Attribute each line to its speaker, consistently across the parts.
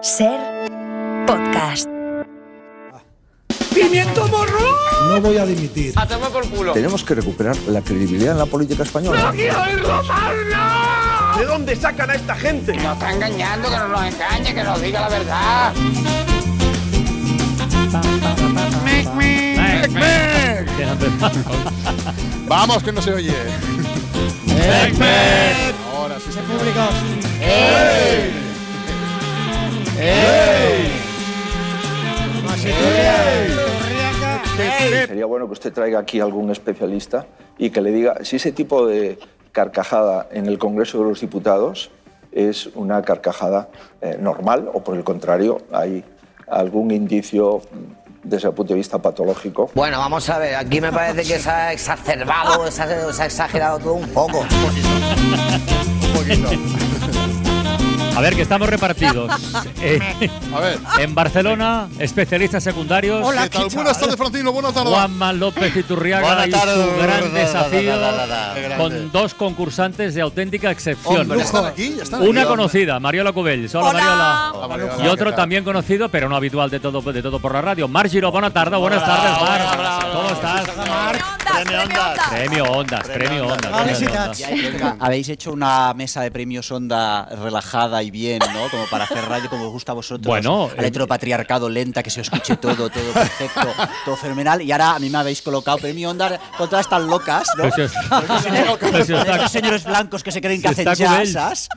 Speaker 1: Ser podcast.
Speaker 2: ¡Pimiento morro!
Speaker 3: No voy a dimitir.
Speaker 4: A tomar Ah, por culo.
Speaker 5: Tenemos que recuperar la credibilidad en la política española.
Speaker 2: quiero
Speaker 6: ¿De dónde sacan a esta gente?
Speaker 4: Nos está engañando, que no nos engañe, que nos diga la verdad.
Speaker 7: Vamos, que no se oye. Ahora sí.
Speaker 5: Sería bueno que usted traiga aquí algún especialista y que le diga si ese tipo de carcajada en el Congreso de los Diputados es una carcajada eh, normal o por el contrario hay algún indicio mm, desde el punto de vista patológico.
Speaker 8: Bueno, vamos a ver, aquí me parece que se ha exacerbado, se ha, se ha exagerado todo un poco.
Speaker 7: Un poquito.
Speaker 9: A ver, que estamos repartidos. Eh,
Speaker 7: A ver.
Speaker 9: en Barcelona, especialistas secundarios.
Speaker 7: ¿Qué tal? Buenas tardes, Francino. Buenas tardes.
Speaker 9: Juanma López Iturriaga
Speaker 10: Buenas
Speaker 9: y
Speaker 10: tardes.
Speaker 9: su gran desafío
Speaker 10: Da, da, da, da, da.
Speaker 9: con dos concursantes de auténtica excepción.
Speaker 7: Hombre, están aquí, están aquí,
Speaker 9: Una
Speaker 7: hombre.
Speaker 9: conocida, Mariola Cubells. Hola, Mariola.
Speaker 7: Ah, vale, vale,
Speaker 9: Y otro
Speaker 7: ¿qué tal?
Speaker 9: también conocido, pero no habitual de todo, de todo por la radio. Mar Giro, buena tarde, buenas tardes, Mar. ¿Cómo estás?
Speaker 10: Premio Ondas.
Speaker 9: Premio Ondas, premio Ondas. premio Ondas.
Speaker 8: Venga, Habéis hecho una mesa de premios onda relajada y bien, ¿no? Como para hacer radio como os gusta a vosotros.
Speaker 9: Bueno,
Speaker 8: Al
Speaker 9: eh,
Speaker 8: heteropatriarcado lenta, que se escuche todo, todo perfecto, todo fenomenal. Y ahora a mí me habéis colocado premio onda con todas estas locas, ¿no?
Speaker 9: Pues es- pues
Speaker 8: De
Speaker 9: está-
Speaker 8: esos señores blancos que se creen que
Speaker 9: Si
Speaker 8: hacen
Speaker 9: está Cubells.
Speaker 8: jazzas.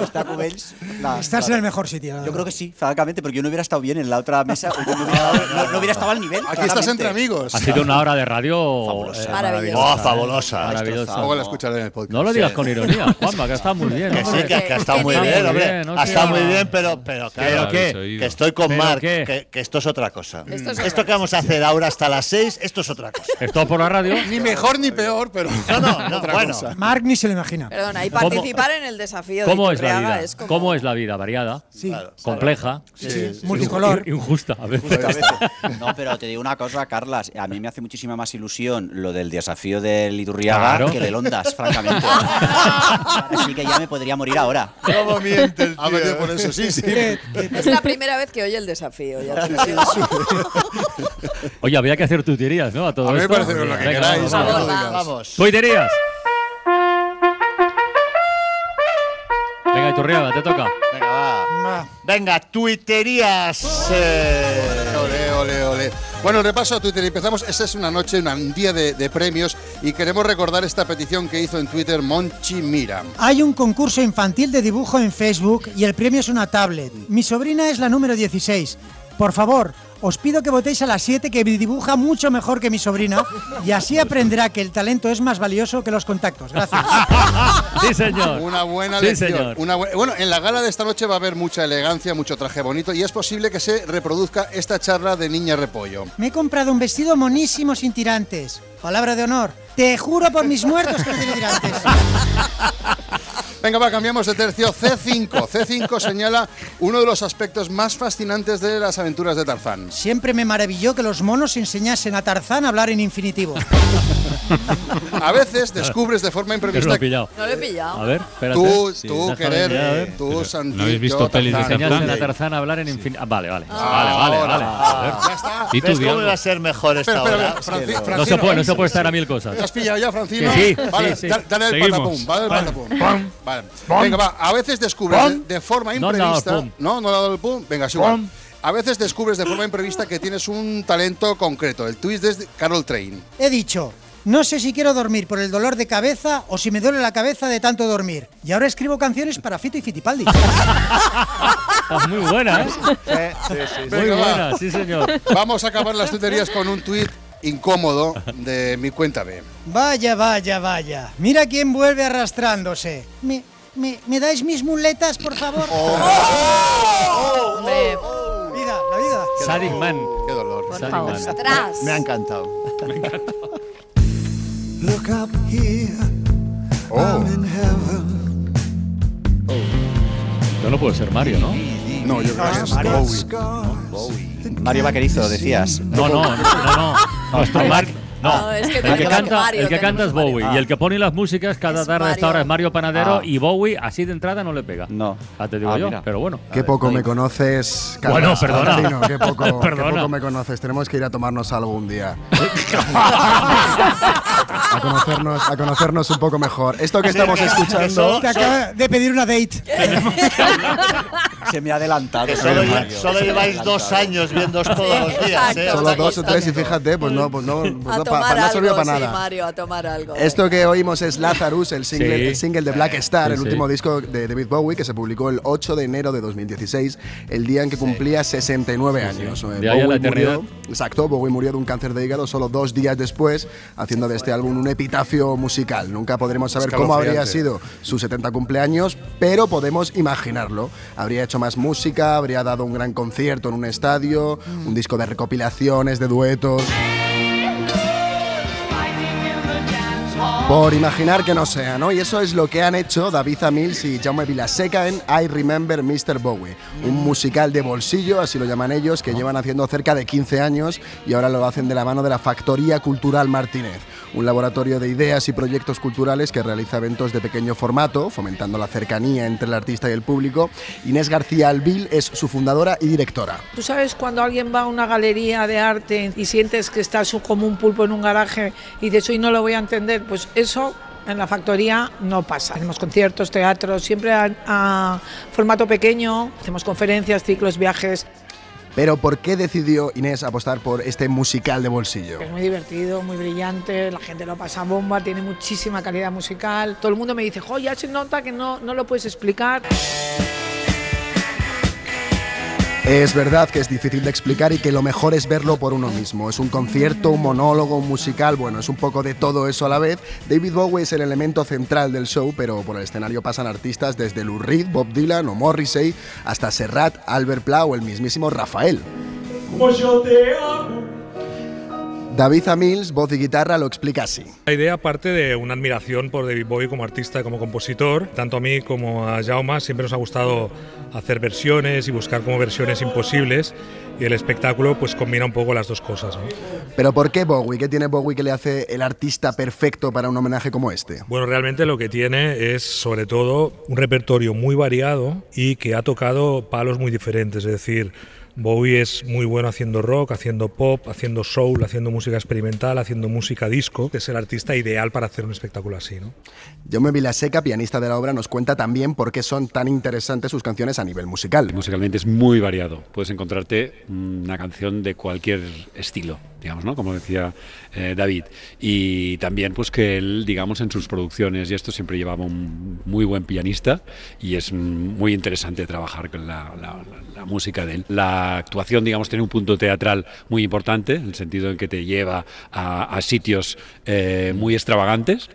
Speaker 8: Está Cubells. La-
Speaker 3: Estás
Speaker 8: la-
Speaker 3: en el mejor sitio.
Speaker 8: Yo creo que sí, francamente, porque yo no hubiera estado bien en la otra mesa. yo no, hubiera dado- no- no hubiera estado al nivel.
Speaker 7: Aquí estás
Speaker 8: claramente.
Speaker 7: entre
Speaker 10: Pues
Speaker 7: amigos.
Speaker 9: Ha sido una hora de radio eh,
Speaker 1: Maravilloso.
Speaker 10: Oh, fabulosa.
Speaker 9: maravillosa.
Speaker 7: Luego la escucharé en el podcast.
Speaker 9: No lo digas
Speaker 10: Sí.
Speaker 9: con ironía, Juanma, que está muy bien.
Speaker 10: Que sí,
Speaker 9: hombre.
Speaker 10: que, que ha estado
Speaker 1: Que
Speaker 10: muy
Speaker 1: te-
Speaker 10: bien,
Speaker 1: muy
Speaker 10: hombre.
Speaker 9: bien, no
Speaker 10: Ha estado
Speaker 9: sé.
Speaker 10: muy bien, pero, pero claro
Speaker 9: qué?
Speaker 10: que, que estoy con
Speaker 9: ¿Pero
Speaker 10: Marc,
Speaker 9: qué?
Speaker 10: que, que esto es otra cosa. Esto,
Speaker 1: es otra
Speaker 10: que vamos a hacer ahora hasta las 6, esto es otra cosa.
Speaker 9: Esto por la radio.
Speaker 7: Ni mejor ni peor, pero.
Speaker 10: No, no, no,
Speaker 7: otra
Speaker 10: bueno.
Speaker 7: cosa.
Speaker 3: Mark ni se lo imagina.
Speaker 1: Perdona, y
Speaker 9: ¿Cómo-
Speaker 1: participar en el desafío
Speaker 9: ¿Cómo
Speaker 1: de
Speaker 9: es la
Speaker 1: Iturriaga
Speaker 9: vida?
Speaker 1: como-
Speaker 9: ¿Cómo es la vida? Variada,
Speaker 3: Sí.
Speaker 10: Claro.
Speaker 9: compleja,
Speaker 3: Sí, multicolor.
Speaker 9: in- injusta a veces.
Speaker 8: No, pero te digo una cosa, Carlas. A mí me hace muchísima más ilusión lo del desafío del Iturriaga
Speaker 9: Claro.
Speaker 8: que del Ondas, francamente. Así que ya me podría morir ahora.
Speaker 7: ¿Cómo miente el tío? Ha venido por eso, sí, sí.
Speaker 1: Es la primera vez que oye el desafío. ya te digo.
Speaker 9: Oye, había que hacer tuiterías, ¿no? A todo
Speaker 7: A mí me
Speaker 9: esto.
Speaker 7: parece lo que
Speaker 9: Venga,
Speaker 7: queráis.
Speaker 9: vamos,
Speaker 7: pero no lo
Speaker 9: vamos.
Speaker 7: digas.
Speaker 10: Vamos.
Speaker 9: Tuiterías. Venga, Iturriaga, te toca.
Speaker 10: Venga, va.
Speaker 7: Ah.
Speaker 3: Ma.
Speaker 10: Venga, tuiterías. eh.
Speaker 7: Ole, ole, ole. Bueno, repaso a Twitter. Empezamos. Esta es una noche, una- un día de, de premios y queremos recordar esta petición que hizo en Twitter Monchi Miram.
Speaker 3: Hay un concurso infantil de dibujo en Facebook y el premio es una tablet. Mi sobrina es la número 16. Por favor, os pido que votéis a la 7 que dibuja mucho mejor que mi sobrina y así aprenderá que el talento es más valioso que los contactos. Gracias.
Speaker 9: Sí, señor.
Speaker 7: Una buena
Speaker 9: Sí,
Speaker 7: lección.
Speaker 9: señor.
Speaker 7: Una bu- bueno, en la gala de esta noche va a haber mucha elegancia, mucho traje bonito y es posible que se reproduzca esta charla de Niña Repollo.
Speaker 3: Me he comprado un vestido monísimo sin tirantes. Palabra de honor. Te juro por mis muertos que no tiene tirantes.
Speaker 7: Venga, va, cambiamos de tercio. C5. C5 señala uno de los aspectos más fascinantes de las aventuras de Tarzán.
Speaker 3: Siempre me maravilló que los monos enseñasen a Tarzán a hablar en infinitivo.
Speaker 7: A veces descubres de forma
Speaker 9: Que no lo
Speaker 7: imprevista
Speaker 9: he pillado.
Speaker 1: No lo he pillado.
Speaker 9: A ver, espérate.
Speaker 7: Tú,
Speaker 9: Sí,
Speaker 7: tú,
Speaker 9: déjame
Speaker 7: querer,
Speaker 9: ya, a ver.
Speaker 7: tú, Santi,
Speaker 11: ¿No habéis visto
Speaker 7: yo,
Speaker 11: pelis de
Speaker 7: Tarzán.
Speaker 9: Enseñarse a la
Speaker 11: Play.
Speaker 9: Tarzana a hablar en infin... ah, vale, vale. vale, vale,
Speaker 7: Ahora. Ah,
Speaker 9: vale. A ver.
Speaker 7: Ya está.
Speaker 11: ¿Y tú,
Speaker 10: ¿Ves cómo
Speaker 11: Diego?
Speaker 10: iba a ser mejor esta
Speaker 7: Espera, espera,
Speaker 10: hora?
Speaker 7: espera, Franci-
Speaker 9: No
Speaker 7: Francino,
Speaker 9: se puede, no se puede estar a mil
Speaker 7: ¿Te has
Speaker 9: cosas.
Speaker 7: pillado ya, Francino?
Speaker 9: Que sí,
Speaker 7: vale,
Speaker 9: sí, sí.
Speaker 7: da- Dale el
Speaker 11: Seguimos.
Speaker 7: patapum, dale el
Speaker 11: Pam,
Speaker 7: patapum.
Speaker 11: pam,
Speaker 7: Vale.
Speaker 11: pam.
Speaker 7: Venga, va, Ah, a veces descubres de, de forma
Speaker 9: No le ha dado
Speaker 7: imprevista.
Speaker 9: el pum.
Speaker 7: No, no le ha dado el pum. Venga, es igual.
Speaker 11: Pam.
Speaker 7: A veces descubres de forma imprevista que tienes un talento concreto. El twist es de Carol Train.
Speaker 3: He dicho, no sé si quiero dormir por el dolor de cabeza o si me duele la cabeza de tanto dormir. Y ahora escribo canciones para Fito y Fitipaldi.
Speaker 9: Estás muy buena, ¿eh? Muy
Speaker 7: Venga, va.
Speaker 9: buena, sí, señor.
Speaker 7: Vamos a acabar las tuterías con un tweet incómodo de mi cuenta B.
Speaker 3: Vaya, vaya, vaya. Mira quién vuelve arrastrándose. ¿Me, me, me dais mis muletas, por favor?
Speaker 7: Oh.
Speaker 1: Hombre,
Speaker 3: Vida, la vida.
Speaker 9: Sadik Man.
Speaker 7: Qué dolor.
Speaker 1: por
Speaker 9: Sale
Speaker 1: favor.
Speaker 9: mal.
Speaker 1: Ostras.
Speaker 10: Me ha encantado.
Speaker 7: Oh,
Speaker 9: Yo no puedo ser Mario, ¿no?
Speaker 7: no, yo
Speaker 11: Ah,
Speaker 7: creo que es Bowie.
Speaker 8: Mario Vaquerizo, decías.
Speaker 9: No, no, no, no. Nuestro Mark,
Speaker 12: No,
Speaker 1: No, es que
Speaker 12: el, que
Speaker 1: tenemos
Speaker 12: canta,
Speaker 1: Mario,
Speaker 12: el que canta es
Speaker 1: tenemos Mario.
Speaker 12: Bowie y el que pone las músicas cada
Speaker 1: Es
Speaker 12: tarde a esta
Speaker 1: Mario.
Speaker 12: hora es Mario Panadero
Speaker 10: Ah.
Speaker 12: y Bowie así de entrada no le pega.
Speaker 8: No.
Speaker 12: Ah, te digo
Speaker 10: Ah,
Speaker 12: yo,
Speaker 10: mira.
Speaker 12: pero bueno.
Speaker 13: Qué poco me conoces,
Speaker 12: Bueno,
Speaker 13: Carlos
Speaker 12: perdona.
Speaker 13: Tarantino, Qué poco, qué
Speaker 12: Perdona.
Speaker 13: poco me conoces. Tenemos que ir a tomarnos algo un día. a, conocernos, a conocernos un poco mejor. Esto que estamos escuchando.
Speaker 3: Te acaba de pedir una date.
Speaker 8: Se me ha adelantado.
Speaker 10: Que
Speaker 8: se
Speaker 10: solo,
Speaker 8: me ha
Speaker 10: lle-
Speaker 8: adelantado.
Speaker 10: solo
Speaker 8: Se me ha
Speaker 10: lleváis dos
Speaker 8: adelantado.
Speaker 10: años viéndos todos los días, ¿eh?
Speaker 13: Solo dos o tres y
Speaker 10: fíjate.
Speaker 13: fíjate, pues no, pues no, pues
Speaker 1: A
Speaker 13: no, pa-
Speaker 1: tomar
Speaker 13: pa- no sirvió
Speaker 1: algo,
Speaker 13: para
Speaker 1: sí,
Speaker 13: nada.
Speaker 1: Mario, a tomar algo.
Speaker 13: Esto que oímos es Lazarus, el single,
Speaker 12: Sí.
Speaker 13: el single de Black Star,
Speaker 12: Sí,
Speaker 13: el
Speaker 12: sí.
Speaker 13: último disco de David Bowie que se publicó el 8 de enero de 2016, el día en que cumplía 69 años. Eh,
Speaker 12: De ahí a la eternidad.
Speaker 13: murió, exacto, Bowie murió de un cáncer de hígado solo dos días después, haciendo de este álbum un epitafio musical. Nunca podremos saber cómo habría sido su 70 cumpleaños, pero podemos imaginarlo. Habría hecho más música, habría dado un gran concierto en un estadio, un disco de recopilaciones, de duetos. Por imaginar que no sea, ¿no? Y eso es lo que han hecho David Mills y Jaume Vilaseca en I Remember Mr. Bowie, un musical de bolsillo, así lo llaman ellos, que llevan haciendo cerca de 15 años y ahora lo hacen de la mano de la Factoría Cultural Martínez, un laboratorio de ideas y proyectos culturales que realiza eventos de pequeño formato, fomentando la cercanía entre el artista y el público. Inés García Albil es su fundadora y directora.
Speaker 14: Tú sabes cuando alguien va a una galería de arte y sientes que estás como un pulpo en un garaje y dices, hoy no lo voy a entender, pues eso en la factoría no pasa. Hacemos conciertos, teatros, siempre a, a formato pequeño, hacemos conferencias, ciclos, viajes.
Speaker 13: Pero ¿por qué decidió Inés apostar por este musical de bolsillo?
Speaker 14: Es muy divertido, muy brillante, la gente lo pasa bomba, tiene muchísima calidad musical. Todo el mundo me dice, jo, ya se nota que no, no lo puedes explicar.
Speaker 13: Es verdad que es difícil de explicar y que lo mejor es verlo por uno mismo. Es un concierto, un monólogo, un musical, bueno, es un poco de todo eso a la vez. David Bowie es el elemento central del show, pero por el escenario pasan artistas desde Lou Reed, Bob Dylan o Morrissey, hasta Serrat, Albert Pla o el mismísimo Rafael.
Speaker 6: Pues
Speaker 13: David Amils, voz y guitarra, lo explica así.
Speaker 15: La idea parte de una admiración por David Bowie como artista y como compositor. Tanto a mí como a Jaume siempre nos ha gustado hacer versiones y buscar como versiones imposibles. Y el espectáculo pues combina un poco las dos cosas. ¿no?
Speaker 13: Pero ¿por qué Bowie? ¿Qué tiene Bowie que le hace el artista perfecto para un homenaje como este?
Speaker 15: Bueno, realmente lo que tiene es sobre todo un repertorio muy variado y que ha tocado palos muy diferentes. Es decir, Bowie es muy bueno haciendo rock, haciendo pop, haciendo soul, haciendo música experimental, haciendo música disco. Es el artista ideal para hacer un espectáculo así, ¿no?
Speaker 13: Jaume Vilaseca, pianista de la obra, nos cuenta también por qué son tan interesantes sus canciones a nivel musical.
Speaker 12: Musicalmente es muy variado. Puedes encontrarte una canción de cualquier estilo, digamos, ¿no? Como decía eh, David. Y también, pues que él, digamos, en sus producciones y esto siempre llevaba un muy buen pianista y es muy interesante trabajar con la, la- la- la música de él. La actuación, digamos, tiene un punto teatral muy importante, en el sentido en que te lleva a, a sitios eh, muy extravagantes.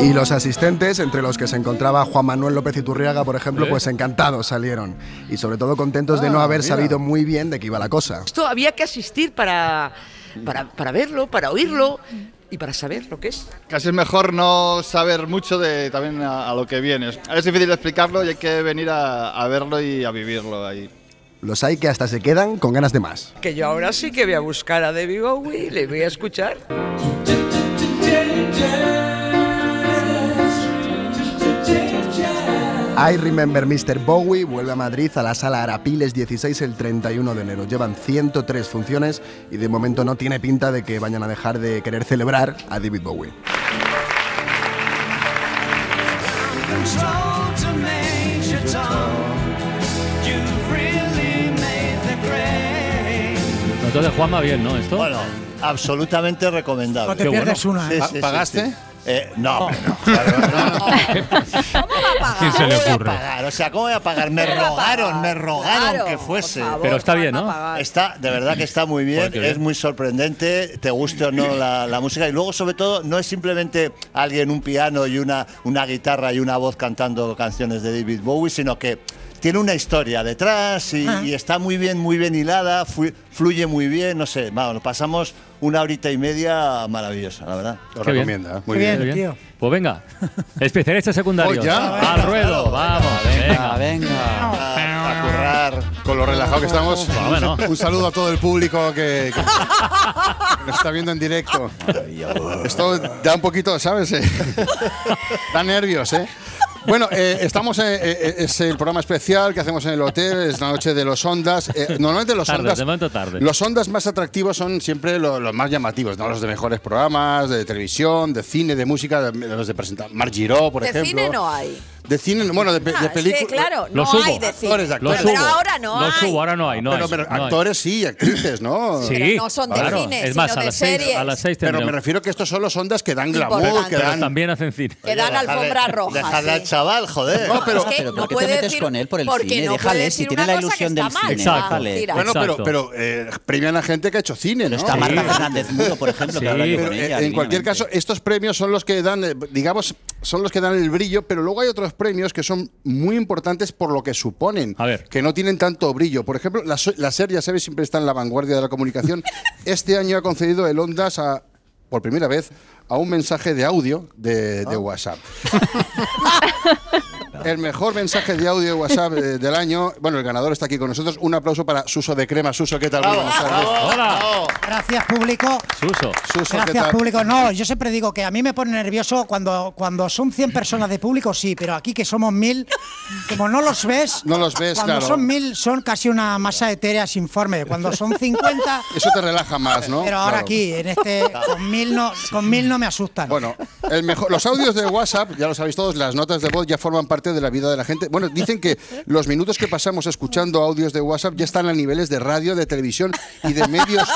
Speaker 13: Y los asistentes, entre los que se encontraba Juan Manuel López Iturriaga, por ejemplo, pues encantados salieron. Y sobre todo contentos de no haber sabido muy bien de qué iba la cosa.
Speaker 16: Esto había que asistir para, para, para verlo, para oírlo y para saber lo que es.
Speaker 10: Casi es mejor no saber mucho de también a, a lo que vienes. Es difícil explicarlo y hay que venir a, a verlo y a vivirlo ahí.
Speaker 13: Los hay que hasta se quedan con ganas de más.
Speaker 16: Que yo ahora sí que voy a buscar a David Bowie y le voy a escuchar.
Speaker 13: I Remember Mr. Bowie vuelve a Madrid a la sala Arapiles 16 el 31 de enero. Llevan 103 funciones y de momento no tiene pinta de que vayan a dejar de querer celebrar a David Bowie.
Speaker 12: Entonces, Juanma, bien, ¿no? Esto.
Speaker 10: Bueno, absolutamente
Speaker 3: No
Speaker 10: recomendable.
Speaker 3: te
Speaker 12: Qué bueno.
Speaker 3: pierdas una, ¿eh?
Speaker 10: Sí,
Speaker 7: ¿Pa-
Speaker 10: sí, sí,
Speaker 7: ¿Pagaste?
Speaker 10: sí. Eh, no, pero no,
Speaker 12: ¿Quién se le
Speaker 10: ¿Cómo voy a
Speaker 12: ocurre?
Speaker 10: pagar? O sea, ¿cómo voy a pagar? Me
Speaker 1: Pero a pagar,
Speaker 10: rogaron, me rogaron
Speaker 1: claro,
Speaker 10: que
Speaker 1: por
Speaker 10: fuese.
Speaker 1: favor,
Speaker 12: Pero está bien,
Speaker 1: van a
Speaker 12: ¿no?
Speaker 1: pagar.
Speaker 10: Está, de verdad que está muy bien,
Speaker 12: Joder, qué bien.
Speaker 10: es muy sorprendente, te guste o no la, la música. Y luego, sobre todo, no es simplemente alguien, un piano y una, una guitarra y una voz cantando canciones de David Bowie, sino que tiene una historia detrás y, y está muy bien, muy bien hilada, flu- fluye muy bien, no sé, vamos, pasamos una horita y media maravillosa, la verdad.
Speaker 13: Lo
Speaker 12: Qué ¿eh? bien.
Speaker 13: recomienda.
Speaker 3: Muy bien, tío.
Speaker 12: Pues venga, especialistas secundarios.
Speaker 7: Oh, ya.
Speaker 12: Al ruedo,
Speaker 10: Claro,
Speaker 12: vamos,
Speaker 10: venga,
Speaker 12: venga.
Speaker 8: Venga, venga.
Speaker 10: A, a currar.
Speaker 7: Con lo relajado que estamos.
Speaker 10: Ah, bueno.
Speaker 7: Un saludo a todo el público que, que- que nos está viendo en directo. Esto da un poquito, ¿sabes? Eh, da nervios, ¿eh? Bueno, eh, estamos en, eh, eh, es el programa especial que hacemos en el hotel, es la noche de los ondas. Eh, normalmente los
Speaker 9: Tarde,
Speaker 7: ondas.
Speaker 9: de momento tarde.
Speaker 7: Los ondas más atractivos son siempre lo- los, más llamativos, ¿no? Los de mejores programas, de televisión, de cine, de música, de- los de presentar. Margiró, por
Speaker 1: de
Speaker 7: ejemplo.
Speaker 1: cine no hay.
Speaker 7: De cine, no, bueno, de, pe-
Speaker 1: Ah,
Speaker 7: de
Speaker 1: es que,
Speaker 7: películas.
Speaker 1: claro, no Los hay hubo. de cine.
Speaker 7: Actores,
Speaker 1: Los
Speaker 7: actores.
Speaker 1: Pero hubo. ahora no Los hay. hubo,
Speaker 9: ahora no hay, no
Speaker 7: pero,
Speaker 9: hay,
Speaker 7: pero
Speaker 9: no hay.
Speaker 7: actores sí, actrices, ¿no?
Speaker 9: Sí, Pero no son de claro. cine, Es más, sino a de las seis- series. a las seis
Speaker 7: Pero me
Speaker 9: tendremos.
Speaker 7: refiero que estos son los ondas que dan glamour,
Speaker 9: Pero,
Speaker 7: que dan.
Speaker 9: también hacen cine.
Speaker 1: Que dan alfombra roja.
Speaker 10: Dejadle al
Speaker 1: sí.
Speaker 10: chaval, joder.
Speaker 7: No, pero-
Speaker 1: Es que
Speaker 8: Pero
Speaker 1: no
Speaker 8: ¿por qué te
Speaker 1: puede
Speaker 8: metes
Speaker 1: decir-
Speaker 8: con él por el
Speaker 1: porque
Speaker 8: cine?
Speaker 1: no
Speaker 8: Déjale,
Speaker 1: puede
Speaker 8: si
Speaker 1: decir
Speaker 8: tiene
Speaker 1: una
Speaker 8: la
Speaker 1: cosa que
Speaker 8: ilusión del
Speaker 1: está mal,
Speaker 8: cine,
Speaker 1: Exacto.
Speaker 8: déjale.
Speaker 1: Tira.
Speaker 7: Bueno,
Speaker 8: Exacto.
Speaker 7: pero, pero eh, premian a gente que ha hecho cine, ¿no?
Speaker 8: está Marta Fernández Muro, por ejemplo, que habla yo con
Speaker 7: Pero, eh,
Speaker 8: ella,
Speaker 7: en cualquier caso, estos premios son los que dan, eh, digamos, son los que dan el brillo, pero luego hay otros premios que son muy importantes por lo que suponen, que no tienen tanto brillo. Por ejemplo, la, so- la SER, ya sabes, siempre está en la vanguardia de la comunicación. este año ha concedido el Ondas a, por primera vez, a un mensaje de audio de,
Speaker 8: Ah.
Speaker 7: de WhatsApp. El mejor mensaje de audio de WhatsApp eh, del año. Bueno, el ganador está aquí con nosotros. Un aplauso para Suso de Crema. Suso, ¿qué tal? Buenas tardes.
Speaker 3: Gracias, público.
Speaker 9: Suso.
Speaker 7: Suso, ¿qué
Speaker 3: Gracias,
Speaker 7: tal?
Speaker 3: público. No, yo siempre digo que a mí me pone nervioso cuando, cuando son 100 personas de público, sí, pero aquí que somos mil, como no los ves.
Speaker 7: No los ves,
Speaker 3: Cuando
Speaker 7: claro.
Speaker 3: son mil, son casi una masa etérea sin forma. Cuando son 50.
Speaker 7: Eso te relaja más, ¿no?
Speaker 3: Pero ahora
Speaker 7: Claro.
Speaker 3: aquí, en este, con mil no, con mil no me asustan.
Speaker 7: Bueno, el mejor, los audios de WhatsApp, ya lo sabéis todos, las notas de voz ya forman parte de la vida de la gente. Bueno, dicen que los minutos que pasamos escuchando audios de WhatsApp ya están a niveles de radio, de televisión y de medios,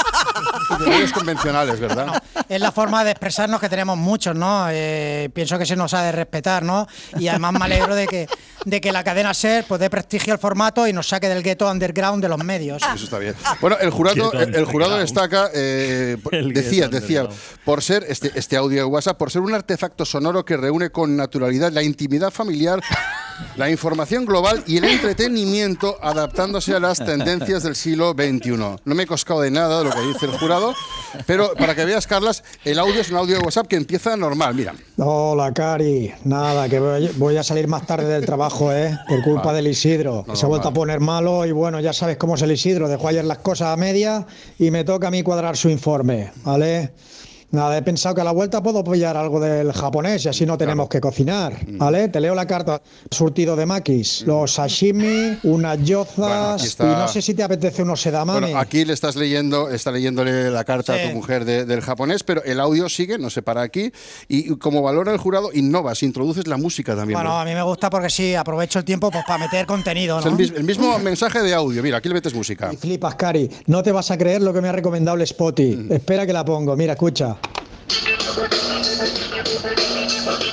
Speaker 7: y de medios convencionales, ¿verdad?
Speaker 3: Es la forma de expresarnos que tenemos muchos, ¿no? Eh, pienso que se nos ha de respetar, ¿no? Y además me alegro de que, de que la cadena SER pues, dé prestigio al formato y nos saque del gueto underground de los medios.
Speaker 7: Eso está bien. Bueno, el jurado,
Speaker 3: Qué
Speaker 7: el, el jurado
Speaker 3: complicado.
Speaker 7: destaca, eh, por-
Speaker 9: El
Speaker 7: decía,
Speaker 9: guión,
Speaker 7: decía,
Speaker 9: perdón.
Speaker 7: por ser este, este audio de WhatsApp, por ser un artefacto sonoro que reúne con naturalidad la intimidad familiar, la información global y el entretenimiento adaptándose a las tendencias del siglo XXI. No me he coscado de nada de lo que dice el jurado, pero para que veas, Carlas, el audio es un audio de WhatsApp que empieza normal, mira.
Speaker 17: Hola, Cari. Nada, que voy voy a salir más tarde del trabajo, ¿eh? Por culpa del Isidro. que se ha vuelto a poner malo y bueno, ya sabes cómo es el Isidro. Dejó ayer las cosas a media y me toca a mí cuadrar su informe, ¿vale? Nada, he pensado que a la vuelta puedo pillar algo del japonés y así no tenemos que cocinar,
Speaker 7: Mm.
Speaker 17: ¿vale? Te leo la carta. Surtido de maquis, los sashimi, unas
Speaker 7: Bueno,
Speaker 17: yozas
Speaker 7: aquí está.
Speaker 17: y no sé si te apetece unos sedamame.
Speaker 7: Bueno, aquí le estás leyendo, está leyéndole la carta a
Speaker 17: Sí.
Speaker 7: tu mujer de- del japonés, pero el audio sigue, no se para aquí. Y como valora el jurado, innovas, introduces la música también.
Speaker 3: Bueno,
Speaker 7: ¿no?
Speaker 3: a mí me gusta porque sí, aprovecho el tiempo pues, para meter contenido,
Speaker 7: O sea, el,
Speaker 3: ¿no?
Speaker 7: mis- el mismo mensaje de audio. Mira, aquí le metes música.
Speaker 17: Flipas, Cari. No te vas a creer lo que me ha recomendado el Spotty. Espera que la pongo. Mira, escucha.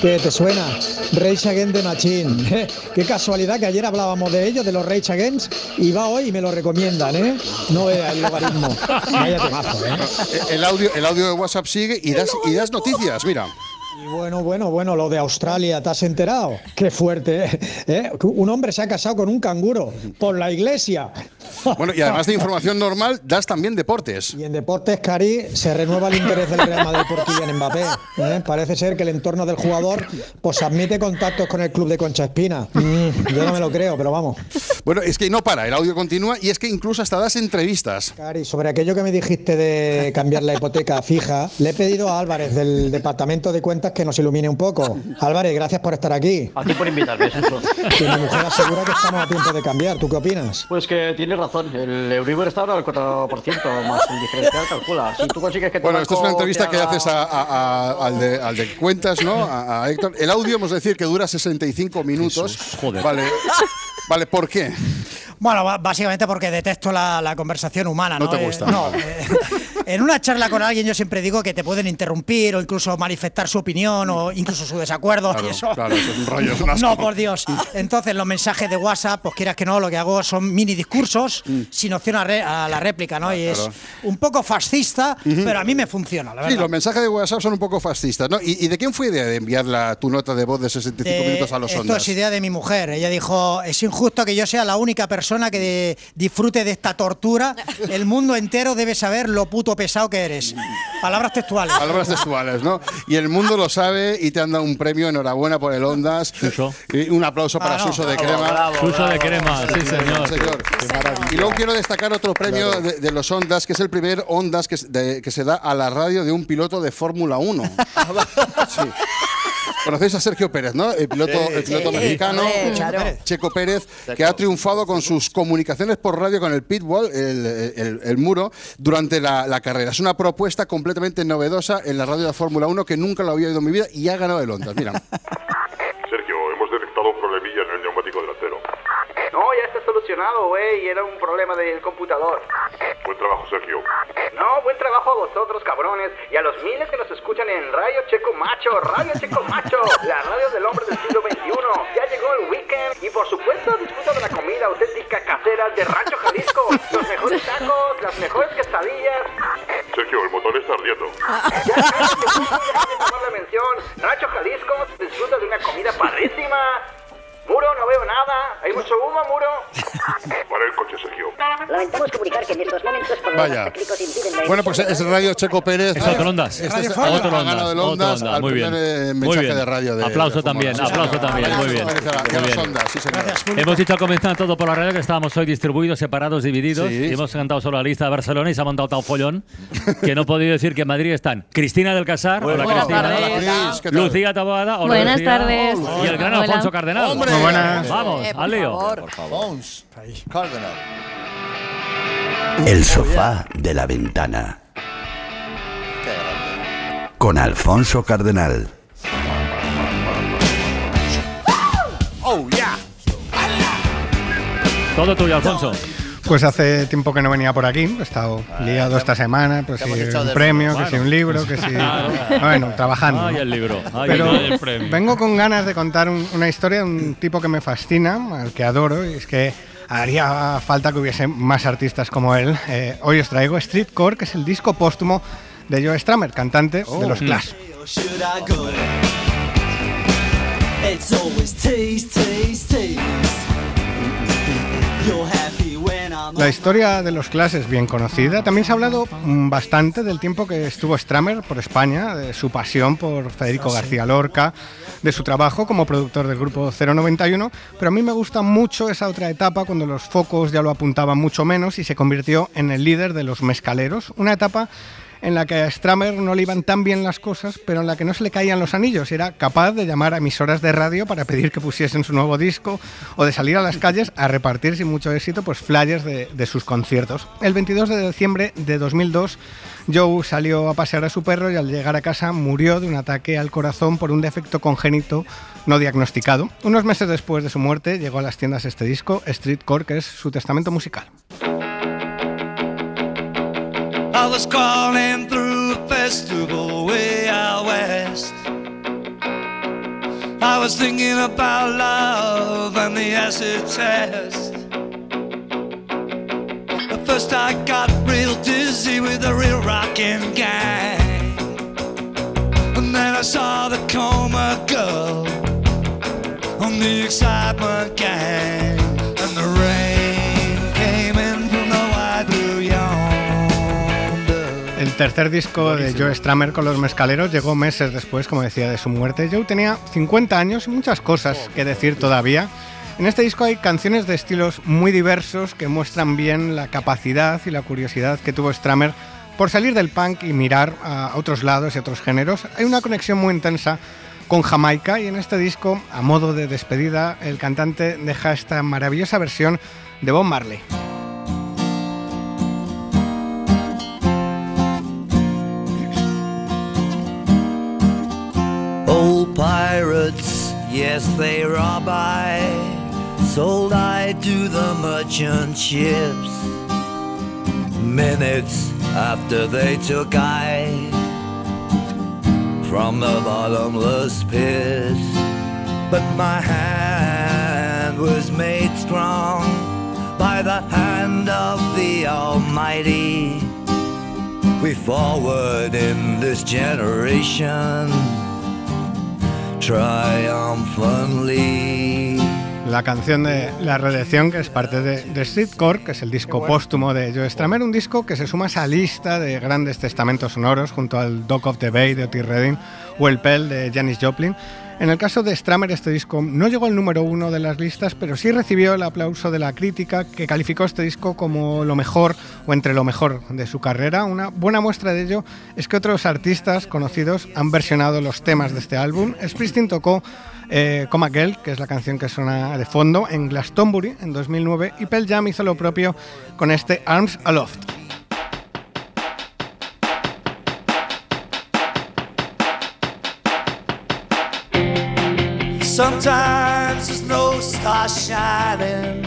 Speaker 17: ¿Qué te suena? Rage Against the Machine. Qué casualidad que ayer hablábamos de ello, de los Rage Against, y va hoy y me lo recomiendan, ¿eh? No vea el logaritmo. Vaya temazo, ¿eh?
Speaker 7: El- El audio, el audio de WhatsApp sigue y das, y das noticias. Mira.
Speaker 17: Y bueno, bueno, bueno, lo de Australia, ¿te has enterado? Qué fuerte, ¿eh? ¿Eh? Un hombre se ha casado con un canguro por la iglesia.
Speaker 7: Bueno, y además de información normal, das también deportes.
Speaker 17: Y en deportes, Cari, se renueva el interés del Real Madrid por Kylian Mbappé. ¿eh? Parece ser que el entorno del jugador pues admite contactos con el club de Concha Espina. Mm, yo no me lo creo, pero vamos.
Speaker 7: Bueno, es que no para, el audio continúa y es que incluso hasta das entrevistas.
Speaker 17: Cari, sobre aquello que me dijiste de cambiar la hipoteca fija, le he pedido a Álvarez del Departamento de Cuentas que nos ilumine un poco. Álvarez, gracias por estar aquí.
Speaker 18: A ti por invitarme, Suso.
Speaker 17: Que mi mujer asegura que estamos a tiempo de cambiar. ¿Tú qué opinas?
Speaker 18: Pues que tienes razón, el Euribor está ahora al 4%, más el diferencial calcula. Si tú consigues que tu
Speaker 7: Bueno,
Speaker 18: banco
Speaker 7: esta es una
Speaker 18: te
Speaker 7: entrevista que
Speaker 18: haga-
Speaker 7: haces a- a- a- al, de, al de cuentas, ¿no? A, a Héctor. El audio, hemos de decir, que dura 65 minutos. Vale. Vale, ¿por qué?
Speaker 3: Bueno, ba- básicamente porque detesto la, la conversación humana,
Speaker 7: Ah,
Speaker 3: ¿no?
Speaker 7: No te
Speaker 3: Eh,
Speaker 7: gusta.
Speaker 3: no, eh, en una charla con alguien yo siempre digo que te pueden interrumpir o incluso manifestar su opinión o incluso su desacuerdo
Speaker 7: Claro,
Speaker 3: y eh, eso.
Speaker 7: claro, eso es un rollo, es un asco.
Speaker 3: No, por Dios. Entonces, los mensajes de WhatsApp, pues quieras que no, lo que hago son mini discursos sin opción a, re- a la réplica, ¿no? Y es
Speaker 7: Mm. Ah, claro.
Speaker 3: un poco fascista,
Speaker 7: Ujú.
Speaker 3: pero a mí me funciona, la
Speaker 7: Sí,
Speaker 3: verdad.
Speaker 7: los mensajes de WhatsApp son un poco fascistas, ¿no? ¿Y, y de quién fue idea de enviar la, tu nota de voz de 65
Speaker 3: Eh,
Speaker 7: minutos a los
Speaker 3: esto
Speaker 7: ondas?
Speaker 3: es idea de mi mujer. Ella dijo, es injusto que yo sea la única persona que de- disfrute de esta tortura. El mundo entero debe saber lo puto puto pesado que eres. Palabras textuales.
Speaker 7: Palabras textuales, ¿no? Y el mundo lo sabe y te han dado un premio. Enhorabuena por el Ondas. Y un aplauso
Speaker 3: Ah,
Speaker 7: para
Speaker 19: Bravo.
Speaker 7: Suso de
Speaker 19: Bravo,
Speaker 7: Crema.
Speaker 19: bravo, Suso de bravo. Crema, sí, señor.
Speaker 7: Qué Y luego quiero destacar otro premio de, de los Ondas, que es el primer Ondas que, es- de- que se da a la radio de un piloto de Fórmula 1.
Speaker 19: Ah,
Speaker 7: Sí. Conocéis a Sergio Pérez, ¿no? El piloto,
Speaker 19: Sí,
Speaker 7: el piloto
Speaker 19: sí,
Speaker 7: mexicano,
Speaker 19: hombre,
Speaker 7: Checo
Speaker 19: claro.
Speaker 7: Pérez. Checo Pérez, que ha triunfado con sus comunicaciones por radio con el pitwall, el, el- el muro, durante la, la carrera. Es una propuesta completamente novedosa en la radio de Fórmula 1 que nunca lo había oído en mi vida y ha ganado el Ondas. Mira.
Speaker 20: Sergio, hemos detectado un problemilla en el neumático delantero.
Speaker 4: No, ya está solucionado, güey. Era un problema del computador.
Speaker 20: Buen trabajo, Sergio.
Speaker 4: No, buen trabajo a vosotros, cabrones. Y a los miles que nos escuchan en Radio Checo Macho. Radio Checo Macho. La radio del hombre del siglo XXI. Ya llegó el weekend. Y por supuesto, disfruta de la comida auténtica casera de Rancho Jalisco. Los mejores tacos, las mejores quesadillas.
Speaker 20: Sergio, el motor está ardiendo.
Speaker 4: Por la mención, Rancho Jalisco. Disfruta de una comida parrísima. Muro, no veo nada. Hay mucho humo, Muro.
Speaker 20: Para el coche, Sergio.
Speaker 4: Lamentamos comunicar que en estos momentos
Speaker 7: Vaya. Bueno, pues es Radio Checo Pérez.
Speaker 19: Es otro Ondas.
Speaker 7: Este
Speaker 19: Radio
Speaker 7: es-
Speaker 19: Fórmula.
Speaker 7: ha ganado
Speaker 19: Otro
Speaker 7: el
Speaker 19: Ondas,
Speaker 7: Ondas
Speaker 19: otro Ondas,
Speaker 7: al
Speaker 19: muy bien.
Speaker 7: primer, eh,
Speaker 19: Muy
Speaker 7: mensaje
Speaker 19: bien.
Speaker 7: de radio de
Speaker 19: Aplauso
Speaker 7: de Fórmula
Speaker 19: también,
Speaker 7: uno. Sí,
Speaker 19: aplauso
Speaker 7: señor.
Speaker 19: también, muy bien.
Speaker 7: Merece la-
Speaker 19: Muy
Speaker 7: que los
Speaker 19: bien.
Speaker 7: Ondas, sí, señor.
Speaker 12: Hemos dicho comenzando todo por la radio que estábamos hoy distribuidos, separados, divididos.
Speaker 19: Sí.
Speaker 12: y hemos cantado solo la lista de Barcelona y se ha montado tan follón que no he podido decir que en Madrid están Cristina del Casar,
Speaker 19: Bueno,
Speaker 12: hola Cristina,
Speaker 19: buenas tardes. ¿Qué tal?
Speaker 12: Lucía Taboada, hola
Speaker 21: Buenas
Speaker 12: Lucía,
Speaker 21: tardes.
Speaker 12: y el gran
Speaker 21: Hola.
Speaker 12: Alfonso Cardenal.
Speaker 21: Hombre. Muy buenas.
Speaker 12: Vamos,
Speaker 21: Eh, por
Speaker 12: al lío.
Speaker 21: favor.
Speaker 10: Bones. Cardinal.
Speaker 22: El
Speaker 10: Oh,
Speaker 22: sofá de la ventana. Con Alfonso Cardenal.
Speaker 10: Oh, yeah.
Speaker 12: Todo tuyo, Alfonso.
Speaker 23: Pues hace tiempo que no venía por aquí, he estado liado esta semana, pues
Speaker 12: te
Speaker 23: si
Speaker 12: hemos echado
Speaker 23: un
Speaker 12: de
Speaker 23: premio,
Speaker 12: menos.
Speaker 23: que si un libro, que si...
Speaker 12: Claro.
Speaker 23: Bueno, trabajando.
Speaker 12: Ay,
Speaker 23: ¿no?
Speaker 12: el libro. Ay,
Speaker 23: Pero
Speaker 12: el premio.
Speaker 23: vengo con ganas de contar un- una historia de un tipo que me fascina, al que adoro, y es que haría falta que hubiese más artistas como él. Eh, hoy os traigo Streetcore, que es el disco póstumo de Joe Stramer, cantante de los
Speaker 1: Oh.
Speaker 12: Oh.
Speaker 24: Mm.
Speaker 23: Clash.
Speaker 24: Should I go? It's always tease, tease, tease. You're happy when I'm
Speaker 23: La historia de los Clash es bien conocida. También se ha hablado mm, bastante del tiempo que estuvo Stramer por España, de su pasión por Federico García Lorca, de su trabajo como productor del grupo 091, pero a mí me gusta mucho esa otra etapa cuando los focos ya lo apuntaban mucho menos y se convirtió en el líder de los mezcaleros, una etapa en la que a Stramer no le iban tan bien las cosas, pero en la que no se le caían los anillos. Era capaz de llamar a emisoras de radio para pedir que pusiesen su nuevo disco o de salir a las calles a repartir sin mucho éxito pues flyers de, de sus conciertos. El 22 de diciembre de 2002, Joe salió a pasear a su perro y al llegar a casa murió de un ataque al corazón por un defecto congénito no diagnosticado. Unos meses después de su muerte llegó a las tiendas este disco, Streetcore, que es su testamento musical.
Speaker 24: I was crawling through a festival way out west. I was thinking about love and the acid test. At first, I got real dizzy with a real rockin' gang. And then I saw the coma girl on the excitement gang. And the rain came in from the wide blue yonder.
Speaker 23: El tercer disco de Joe Stramer con los mezcaleros llegó meses después, como decía, de su muerte. Joe tenía 50 años y muchas cosas que decir todavía. En este disco hay canciones de estilos muy diversos que muestran bien la capacidad y la curiosidad que tuvo Stramer por salir del punk y mirar a otros lados y otros géneros. Hay una conexión muy intensa con Jamaica y en este disco, a modo de despedida, el cantante deja esta maravillosa versión de Bob Marley.
Speaker 24: Old pirates, yes, they rob I. Sold I to the merchant ships. Minutes after they took I from the bottomless pit. But my hand was made strong by the hand of the Almighty. We forward in this generation. triumphantly.
Speaker 23: la canción de La Redacción, que es parte de, de Streetcore, que es el disco póstumo de Joe Stramer, un disco que se suma a esa lista de grandes testamentos sonoros junto al Dock of the Bay de Otis Redding o el Pell de Janis Joplin. En el caso de Stramer, este disco no llegó al número uno de las listas, pero sí recibió el aplauso de la crítica que calificó este disco como lo mejor o entre lo mejor de su carrera. Una buena muestra de ello es que otros artistas conocidos han versionado los temas de este álbum. Springsteen tocó eh, Come Again, que es la canción que suena de fondo, en Glastonbury en 2009 y Pearl Jam hizo lo propio con este Arms Aloft.
Speaker 24: Sometimes there's no star shining,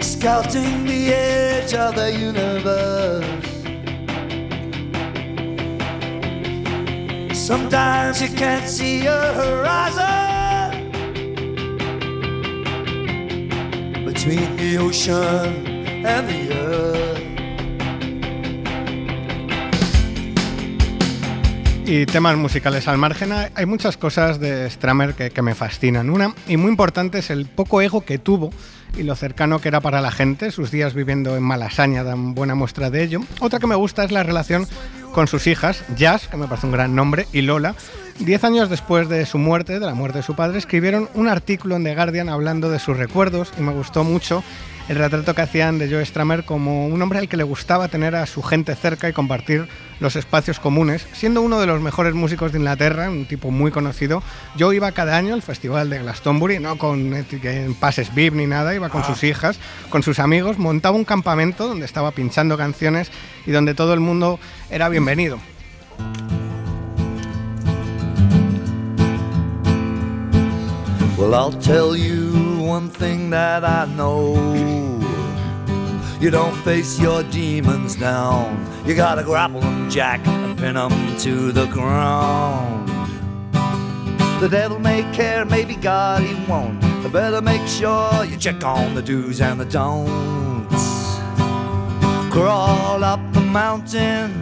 Speaker 24: scouting the edge of the universe. Sometimes you can't see your horizon between the ocean and the earth.
Speaker 23: Y temas musicales al margen, hay hay muchas cosas de Stramer que, que me fascinan. Una, y muy importante, es el poco ego que tuvo y lo cercano que era para la gente. Sus días viviendo en Malasaña dan buena muestra de ello. Otra que me gusta es la relación con sus hijas, Jazz, que me parece un gran nombre, y Lola. Diez años después de su muerte, de la muerte de su padre, escribieron un artículo en The Guardian hablando de sus recuerdos y me gustó mucho el retrato que hacían de Joe Stramer como un hombre al que le gustaba tener a su gente cerca y compartir los espacios comunes. Siendo uno de los mejores músicos de Inglaterra, un tipo muy conocido, yo iba cada año al festival de Glastonbury, no con eti- en pases VIP ni nada, iba con
Speaker 11: Ah.
Speaker 23: sus hijas, con sus amigos, montaba un campamento donde estaba pinchando canciones y donde todo el mundo era bienvenido.
Speaker 24: Well, I'll tell you one thing that I know. You don't face your demons down. You gotta grapple them, Jack, and pin them to the ground. The devil may care, maybe God he won't. But better make sure you check on the do's and the don'ts. Crawl up the mountain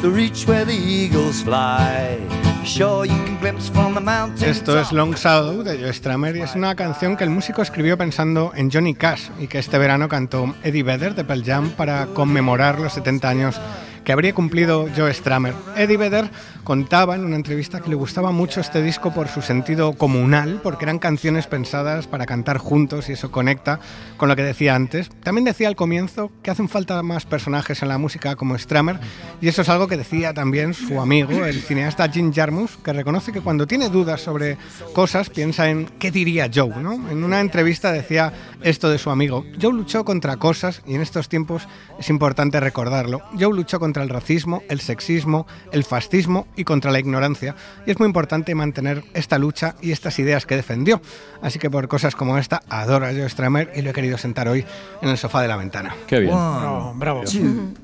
Speaker 24: to reach where the eagles fly. Sure, you can glimpse from the mountain.
Speaker 23: Esto es Long Shadow de Joe Stramer y es una canción que el músico escribió pensando en Johnny Cash y que este verano cantó Eddie Vedder de Pearl Jam para conmemorar los 70 años que habría cumplido Joe Stramer. Eddie Vedder contaba en una entrevista que le gustaba mucho este disco por su sentido comunal, porque eran canciones pensadas para cantar juntos y eso conecta con lo que decía antes. También decía al comienzo que hacen falta más personajes en la música como Stramer y eso es algo que decía también su amigo, el cineasta Jim Jarmusch, que reconoce que cuando tiene dudas sobre cosas piensa en qué diría Joe, ¿no? En una entrevista decía esto de su amigo, Joe luchó contra cosas y en estos tiempos es importante recordarlo. Joe luchó contra el racismo, el sexismo, el fascismo y contra la ignorancia y es muy importante mantener esta lucha y estas ideas que defendió. Así que por cosas como esta adoro a Joe Stramer y lo he querido sentar hoy en el sofá de la ventana.
Speaker 12: Qué bien.
Speaker 23: Bravo, bravo.
Speaker 24: Two,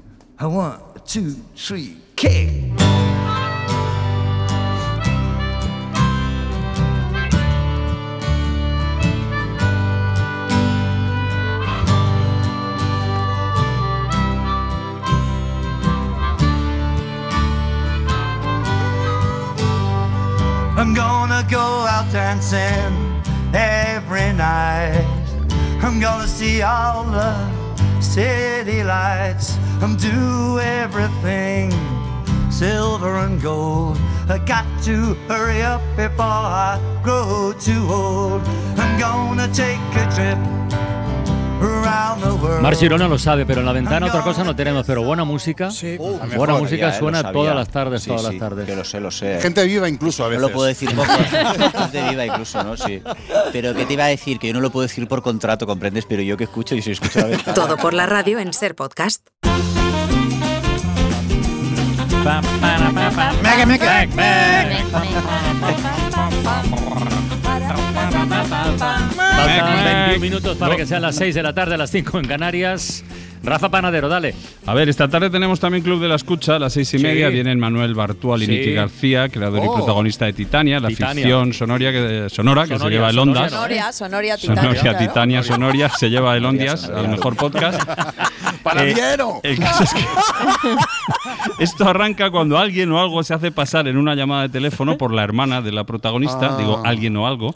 Speaker 24: I want two, three, kick. I'm gonna go out dancing every night. I'm gonna see all the city lights. I'm do everything silver and gold. I got to hurry up before I grow too old. I'm gonna take a trip around the world.
Speaker 9: Mar Girona lo sabe, pero en la ventana otra cosa no tenemos, pero buena música. buena
Speaker 24: mejor,
Speaker 9: música
Speaker 24: ya, eh,
Speaker 9: suena
Speaker 24: lo
Speaker 9: todas
Speaker 24: sabía.
Speaker 9: las tardes,
Speaker 24: Sí,
Speaker 9: todas
Speaker 24: sí,
Speaker 9: las tardes.
Speaker 24: que lo sé, lo sé.
Speaker 7: Gente viva incluso a
Speaker 8: No
Speaker 7: veces.
Speaker 8: lo puedo decir poco. Gente viva incluso, ¿no? Sí. Pero ¿qué te iba a decir? Que yo no lo puedo decir por contrato, ¿comprendes? Pero yo que escucho y si escucho la ventana.
Speaker 21: Todo por la radio en Ser Podcast.
Speaker 3: Meque, meque.
Speaker 9: Faltan 21 minutos para que sean las 6 de la tarde, a las 5 en Canarias. Rafa Panadero, dale.
Speaker 11: A ver, esta tarde tenemos también Club de la Escucha, a las seis y
Speaker 9: Sí.
Speaker 11: media vienen Manuel Bartual y
Speaker 9: Sí.
Speaker 11: Niki García, creador
Speaker 1: Oh.
Speaker 11: y protagonista de Titania, la
Speaker 1: Titania.
Speaker 11: ficción sonoria que, eh, sonora que se
Speaker 1: Sonoria,
Speaker 11: lleva el
Speaker 1: Sonoria,
Speaker 11: Ondas.
Speaker 1: Sonoria, Sonoria, Titania,
Speaker 11: Sonoria,
Speaker 1: claro.
Speaker 11: Titania, Sonoria, se lleva el Ondas al mejor podcast. Eh, El caso es que esto arranca cuando alguien o algo se hace pasar en una llamada de teléfono por la hermana de la protagonista,
Speaker 25: Ah.
Speaker 11: digo alguien o algo.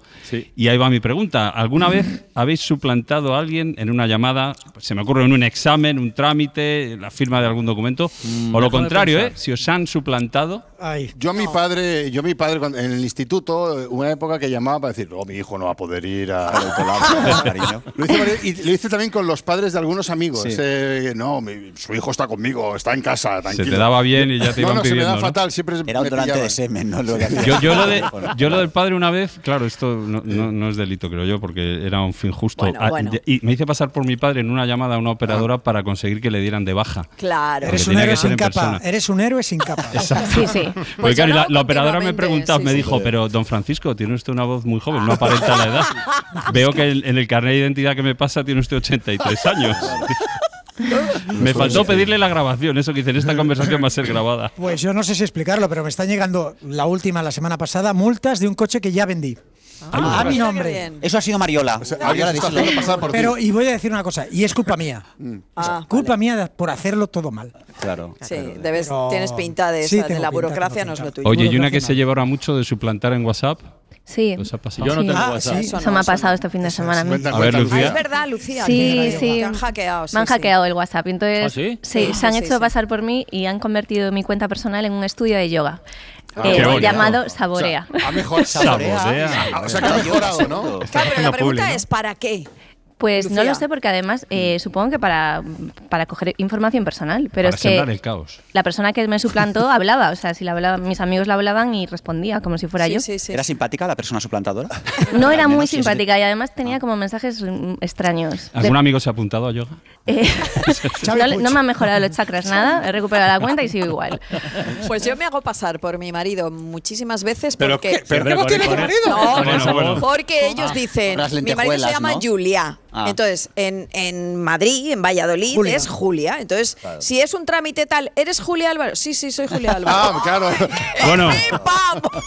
Speaker 11: Y ahí va mi pregunta. ¿Alguna vez habéis suplantado a alguien en una llamada? Se me ocurre en un examen, un trámite, la firma de algún documento.
Speaker 1: Mm,
Speaker 11: o
Speaker 7: déjame
Speaker 11: lo contrario, ¿eh?
Speaker 7: pensar.
Speaker 11: Si os han suplantado.
Speaker 7: Yo a mi padre, yo a mi padre cuando- en el instituto, eh, una época que llamaba para decir, oh, mi hijo no va a poder ir a al colegio, cariño". Lo hice, varias- y lo hice también con los padres de algunos amigos.
Speaker 11: Sí.
Speaker 7: Eh, no, mi- su hijo está conmigo, está en casa, tranquilo.
Speaker 11: te daba bien y ya te
Speaker 7: No,
Speaker 11: iban
Speaker 7: no, se me
Speaker 11: pidiendo,
Speaker 7: da
Speaker 11: ¿no?
Speaker 7: fatal, siempre
Speaker 10: Era un
Speaker 7: me
Speaker 10: donante
Speaker 7: pillaban.
Speaker 10: de semen, ¿no? Lo que hacía.
Speaker 11: Yo, yo lo de, yo lo del padre una vez, claro, esto no, no- no es delito, creo yo, porque era un fin justo.
Speaker 1: Bueno,
Speaker 11: Ah,
Speaker 1: bueno.
Speaker 11: Y me hice pasar por mi padre en una llamada a una operadora
Speaker 7: Ah.
Speaker 11: para conseguir que le dieran de baja.
Speaker 1: Claro.
Speaker 11: Porque
Speaker 3: Eres un
Speaker 11: tenía
Speaker 3: héroe
Speaker 11: que ser
Speaker 3: sin
Speaker 11: en
Speaker 3: capa.
Speaker 7: Eh,
Speaker 11: persona.
Speaker 3: Eres un héroe sin capa.
Speaker 11: Exacto.
Speaker 3: Sí, Pues sí.
Speaker 11: Porque,
Speaker 1: Pues
Speaker 11: claro, y la, la operadora me preguntaba, me dijo, pero don Francisco, tiene usted una voz muy joven, no aparenta la edad. Veo que el- en el carnet de identidad que me pasa tiene usted 83 años. me faltó pedirle la grabación, eso que dicen, esta conversación va a ser grabada.
Speaker 3: Pues yo no sé si explicarlo, pero me están llegando la última la semana pasada multas de un coche que ya vendí.
Speaker 8: Ah,
Speaker 3: a mi
Speaker 8: mira qué
Speaker 3: nombre.
Speaker 8: bien. Eso ha sido Mariola. O sea, alguien Mariola, se está díselo. haciendo pasar por ti. Mm. Ah,
Speaker 3: pero y voy a decir una cosa, y es culpa mía. Es culpa mía de- por hacerlo todo mal.
Speaker 8: Claro.
Speaker 1: Sí, debes,
Speaker 3: Pero-
Speaker 1: tienes pinta de,
Speaker 3: Sí,
Speaker 1: esa, de
Speaker 3: tengo
Speaker 1: la
Speaker 3: pinta,
Speaker 1: burocracia,
Speaker 3: tengo
Speaker 1: no es lo tuyo.
Speaker 11: Oye, y una que se lleva ahora mucho de suplantar en WhatsApp.
Speaker 26: Sí.
Speaker 11: ¿Os ha pasado?
Speaker 26: Sí. Eso, me ha pasado este fin de semana. a mí.
Speaker 11: A ver,
Speaker 1: Ah, es
Speaker 11: Lucía.
Speaker 1: verdad, Lucía.
Speaker 26: Sí,
Speaker 1: que-
Speaker 26: sí.
Speaker 1: Te han hackeado. sí,
Speaker 26: me han
Speaker 1: sí.
Speaker 26: hackeado el WhatsApp. y Entonces,
Speaker 1: ¿Ah, sí? Ah,
Speaker 26: se han
Speaker 1: sí,
Speaker 26: hecho
Speaker 1: sí.
Speaker 26: pasar por mí y han convertido mi cuenta personal en un estudio de yoga.
Speaker 11: Ah,
Speaker 26: eh,
Speaker 11: qué bonito.
Speaker 26: llamado Saborea.
Speaker 7: Ha mejorado.
Speaker 11: Saborea.
Speaker 7: O sea, que ha mejorado, ¿no?
Speaker 1: Claro, pero la
Speaker 11: haciendo
Speaker 1: pregunta
Speaker 11: publi, ¿no?
Speaker 1: es, ¿para qué?
Speaker 26: Pues no
Speaker 1: Lucía.
Speaker 26: lo sé porque además eh, supongo que para, para coger información personal, pero
Speaker 11: Para
Speaker 26: es que
Speaker 11: sembrar el caos.
Speaker 26: la persona que me suplantó hablaba, o sea, si la hablaba, mis amigos la hablaban y respondía como si fuera yo.
Speaker 8: ¿Era simpática la persona suplantadora?
Speaker 26: No era muy
Speaker 8: sí, sí.
Speaker 26: simpática y además tenía como mensajes mm, extraños. De-
Speaker 11: ¿Algún amigo se ha apuntado a yoga?
Speaker 26: Eh, no, le- no me han mejorado los chakras nada, he recuperado la cuenta y sigo igual.
Speaker 1: Pues yo me hago pasar por mi marido muchísimas veces
Speaker 26: ¿Pero
Speaker 1: porque...
Speaker 26: qué? ¿Pero qué voz tiene tu marido?
Speaker 1: No,
Speaker 26: Con esa voz.
Speaker 1: porque ellos
Speaker 26: Ah,
Speaker 1: dicen...
Speaker 26: unas
Speaker 1: Mi marido se
Speaker 26: lentejuelas,
Speaker 1: llama
Speaker 26: ¿no?
Speaker 1: Julia.
Speaker 26: Ah.
Speaker 1: Entonces, en, en Madrid, en Valladolid,
Speaker 7: Julia.
Speaker 1: es Julia. Entonces,
Speaker 7: Claro.
Speaker 1: si es un trámite tal, ¿eres Julia Álvaro? Sí, sí, soy Julia Álvaro.
Speaker 7: Ah, claro.
Speaker 11: Bueno,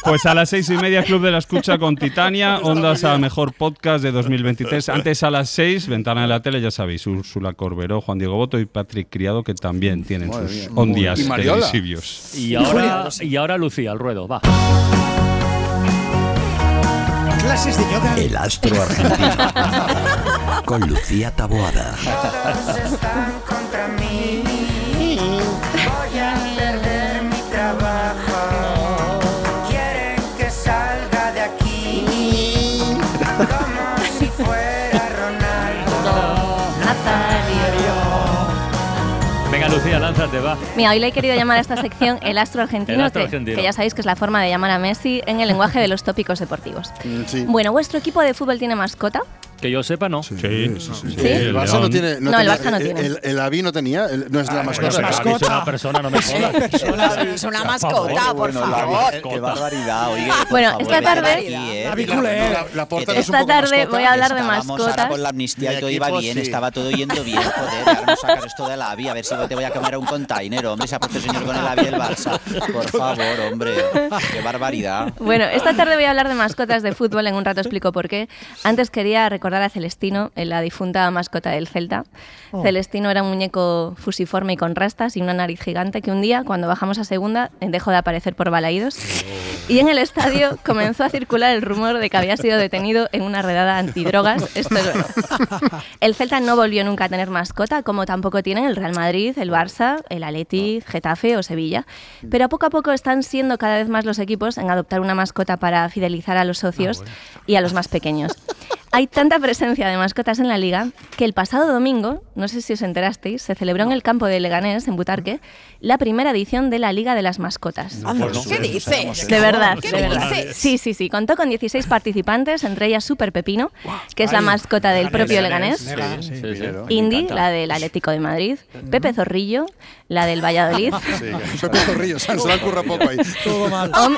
Speaker 11: pues a las seis y media Club de la Escucha con Titania, Ondas a Mejor Podcast de 2023. Antes a las seis, Ventana de la Tele, ya sabéis, Úrsula Corberó, Juan Diego Boto y Patrick Criado, que también tienen
Speaker 9: Madre
Speaker 11: sus
Speaker 9: mía.
Speaker 11: ondias
Speaker 9: Y Mariola.
Speaker 11: televisivios.
Speaker 9: Y ahora, y ahora Lucía, al ruedo, va.
Speaker 3: Clases de yoga.
Speaker 22: El astro argentino. Con Lucía Taboada.
Speaker 27: están contra mí. Voy a perder mi trabajo. Quieren que salga de aquí. Como si fuera Ronaldo. Nazario.
Speaker 9: Venga, Lucía, lánzate, va.
Speaker 26: Mira, hoy le he querido llamar a esta sección el astro argentino,
Speaker 9: El astro
Speaker 26: que-
Speaker 9: argentino.
Speaker 26: que ya sabéis que es la forma de llamar a Messi en el lenguaje de los tópicos deportivos.
Speaker 7: Sí.
Speaker 26: Bueno, ¿vuestro equipo de fútbol tiene mascota?
Speaker 9: Que yo sepa, no. Sí,
Speaker 11: sí,
Speaker 7: Sí, El Barça no tiene.
Speaker 26: No, el
Speaker 7: tenía-
Speaker 26: Barça no tiene.
Speaker 7: El, el Avi no tenía. el- no es la
Speaker 9: bueno,
Speaker 7: mascota.
Speaker 9: pero Avi es una persona, no me jodas.
Speaker 1: Es una mascota, Ah, por
Speaker 8: Bueno, la-
Speaker 1: favor.
Speaker 8: Qué barbaridad, Ah, oye.
Speaker 26: Bueno,
Speaker 8: por favor,
Speaker 26: esta
Speaker 8: venid
Speaker 26: tarde-
Speaker 8: aquí, ¿eh?
Speaker 26: La bicule, ¿eh?
Speaker 8: No, la- la porta no es un
Speaker 26: Esta
Speaker 8: poco
Speaker 26: tarde
Speaker 8: mascota.
Speaker 26: voy a hablar de
Speaker 8: Estábamos ahora
Speaker 26: mascotas.
Speaker 8: con la amnistía
Speaker 26: Mi
Speaker 8: y todo iba
Speaker 26: equipo,
Speaker 8: bien,
Speaker 26: sí.
Speaker 8: estaba todo yendo bien, joder. Ahora no sacas esto del AVI, a ver si te voy a comer a un container, hombre. Se ha puesto el señor con el AVI del Barça. Por favor, hombre. Qué barbaridad.
Speaker 26: Bueno, esta tarde voy a hablar de mascotas de fútbol, en un rato explico por qué. Antes quería recordar a Celestino, eh, la difunta mascota del Celta.
Speaker 28: Oh.
Speaker 26: Celestino era un muñeco fusiforme y con rastas y una nariz gigante que un día, cuando bajamos a segunda, eh, dejó de aparecer por balaídos. Y en el estadio comenzó a circular el rumor de que había sido detenido en una redada antidrogas. Esto es verdad. El Celta no volvió nunca a tener mascota, como tampoco tienen el Real Madrid, el Barça, el Atleti, Getafe o Sevilla. Pero poco a poco están siendo cada vez más los equipos en adoptar una mascota para fidelizar a los socios y a los más pequeños. Hay tanta presencia de mascotas en la liga que el pasado domingo, no sé si os enterasteis, se celebró en el campo de Leganés, en Butarque, la primera edición de la Liga de las Mascotas.
Speaker 1: Anda, Por ¿qué supuesto, dices? sabemos
Speaker 26: De
Speaker 1: eso.
Speaker 26: verdad,
Speaker 1: ¿Qué
Speaker 26: de verdad.
Speaker 1: dices?
Speaker 26: Sí, sí, sí. Contó con 16 participantes, entre ellas Super Pepino, que es la
Speaker 27: Ay,
Speaker 26: mascota del propio Leganés.
Speaker 27: Sí, sí, sí.
Speaker 26: Indy, la del Atlético de Madrid, Pepe Zorrillo, la del Valladolid.
Speaker 7: Sí, Pepe Zorrillo, se la curra poco ahí.
Speaker 26: Hom-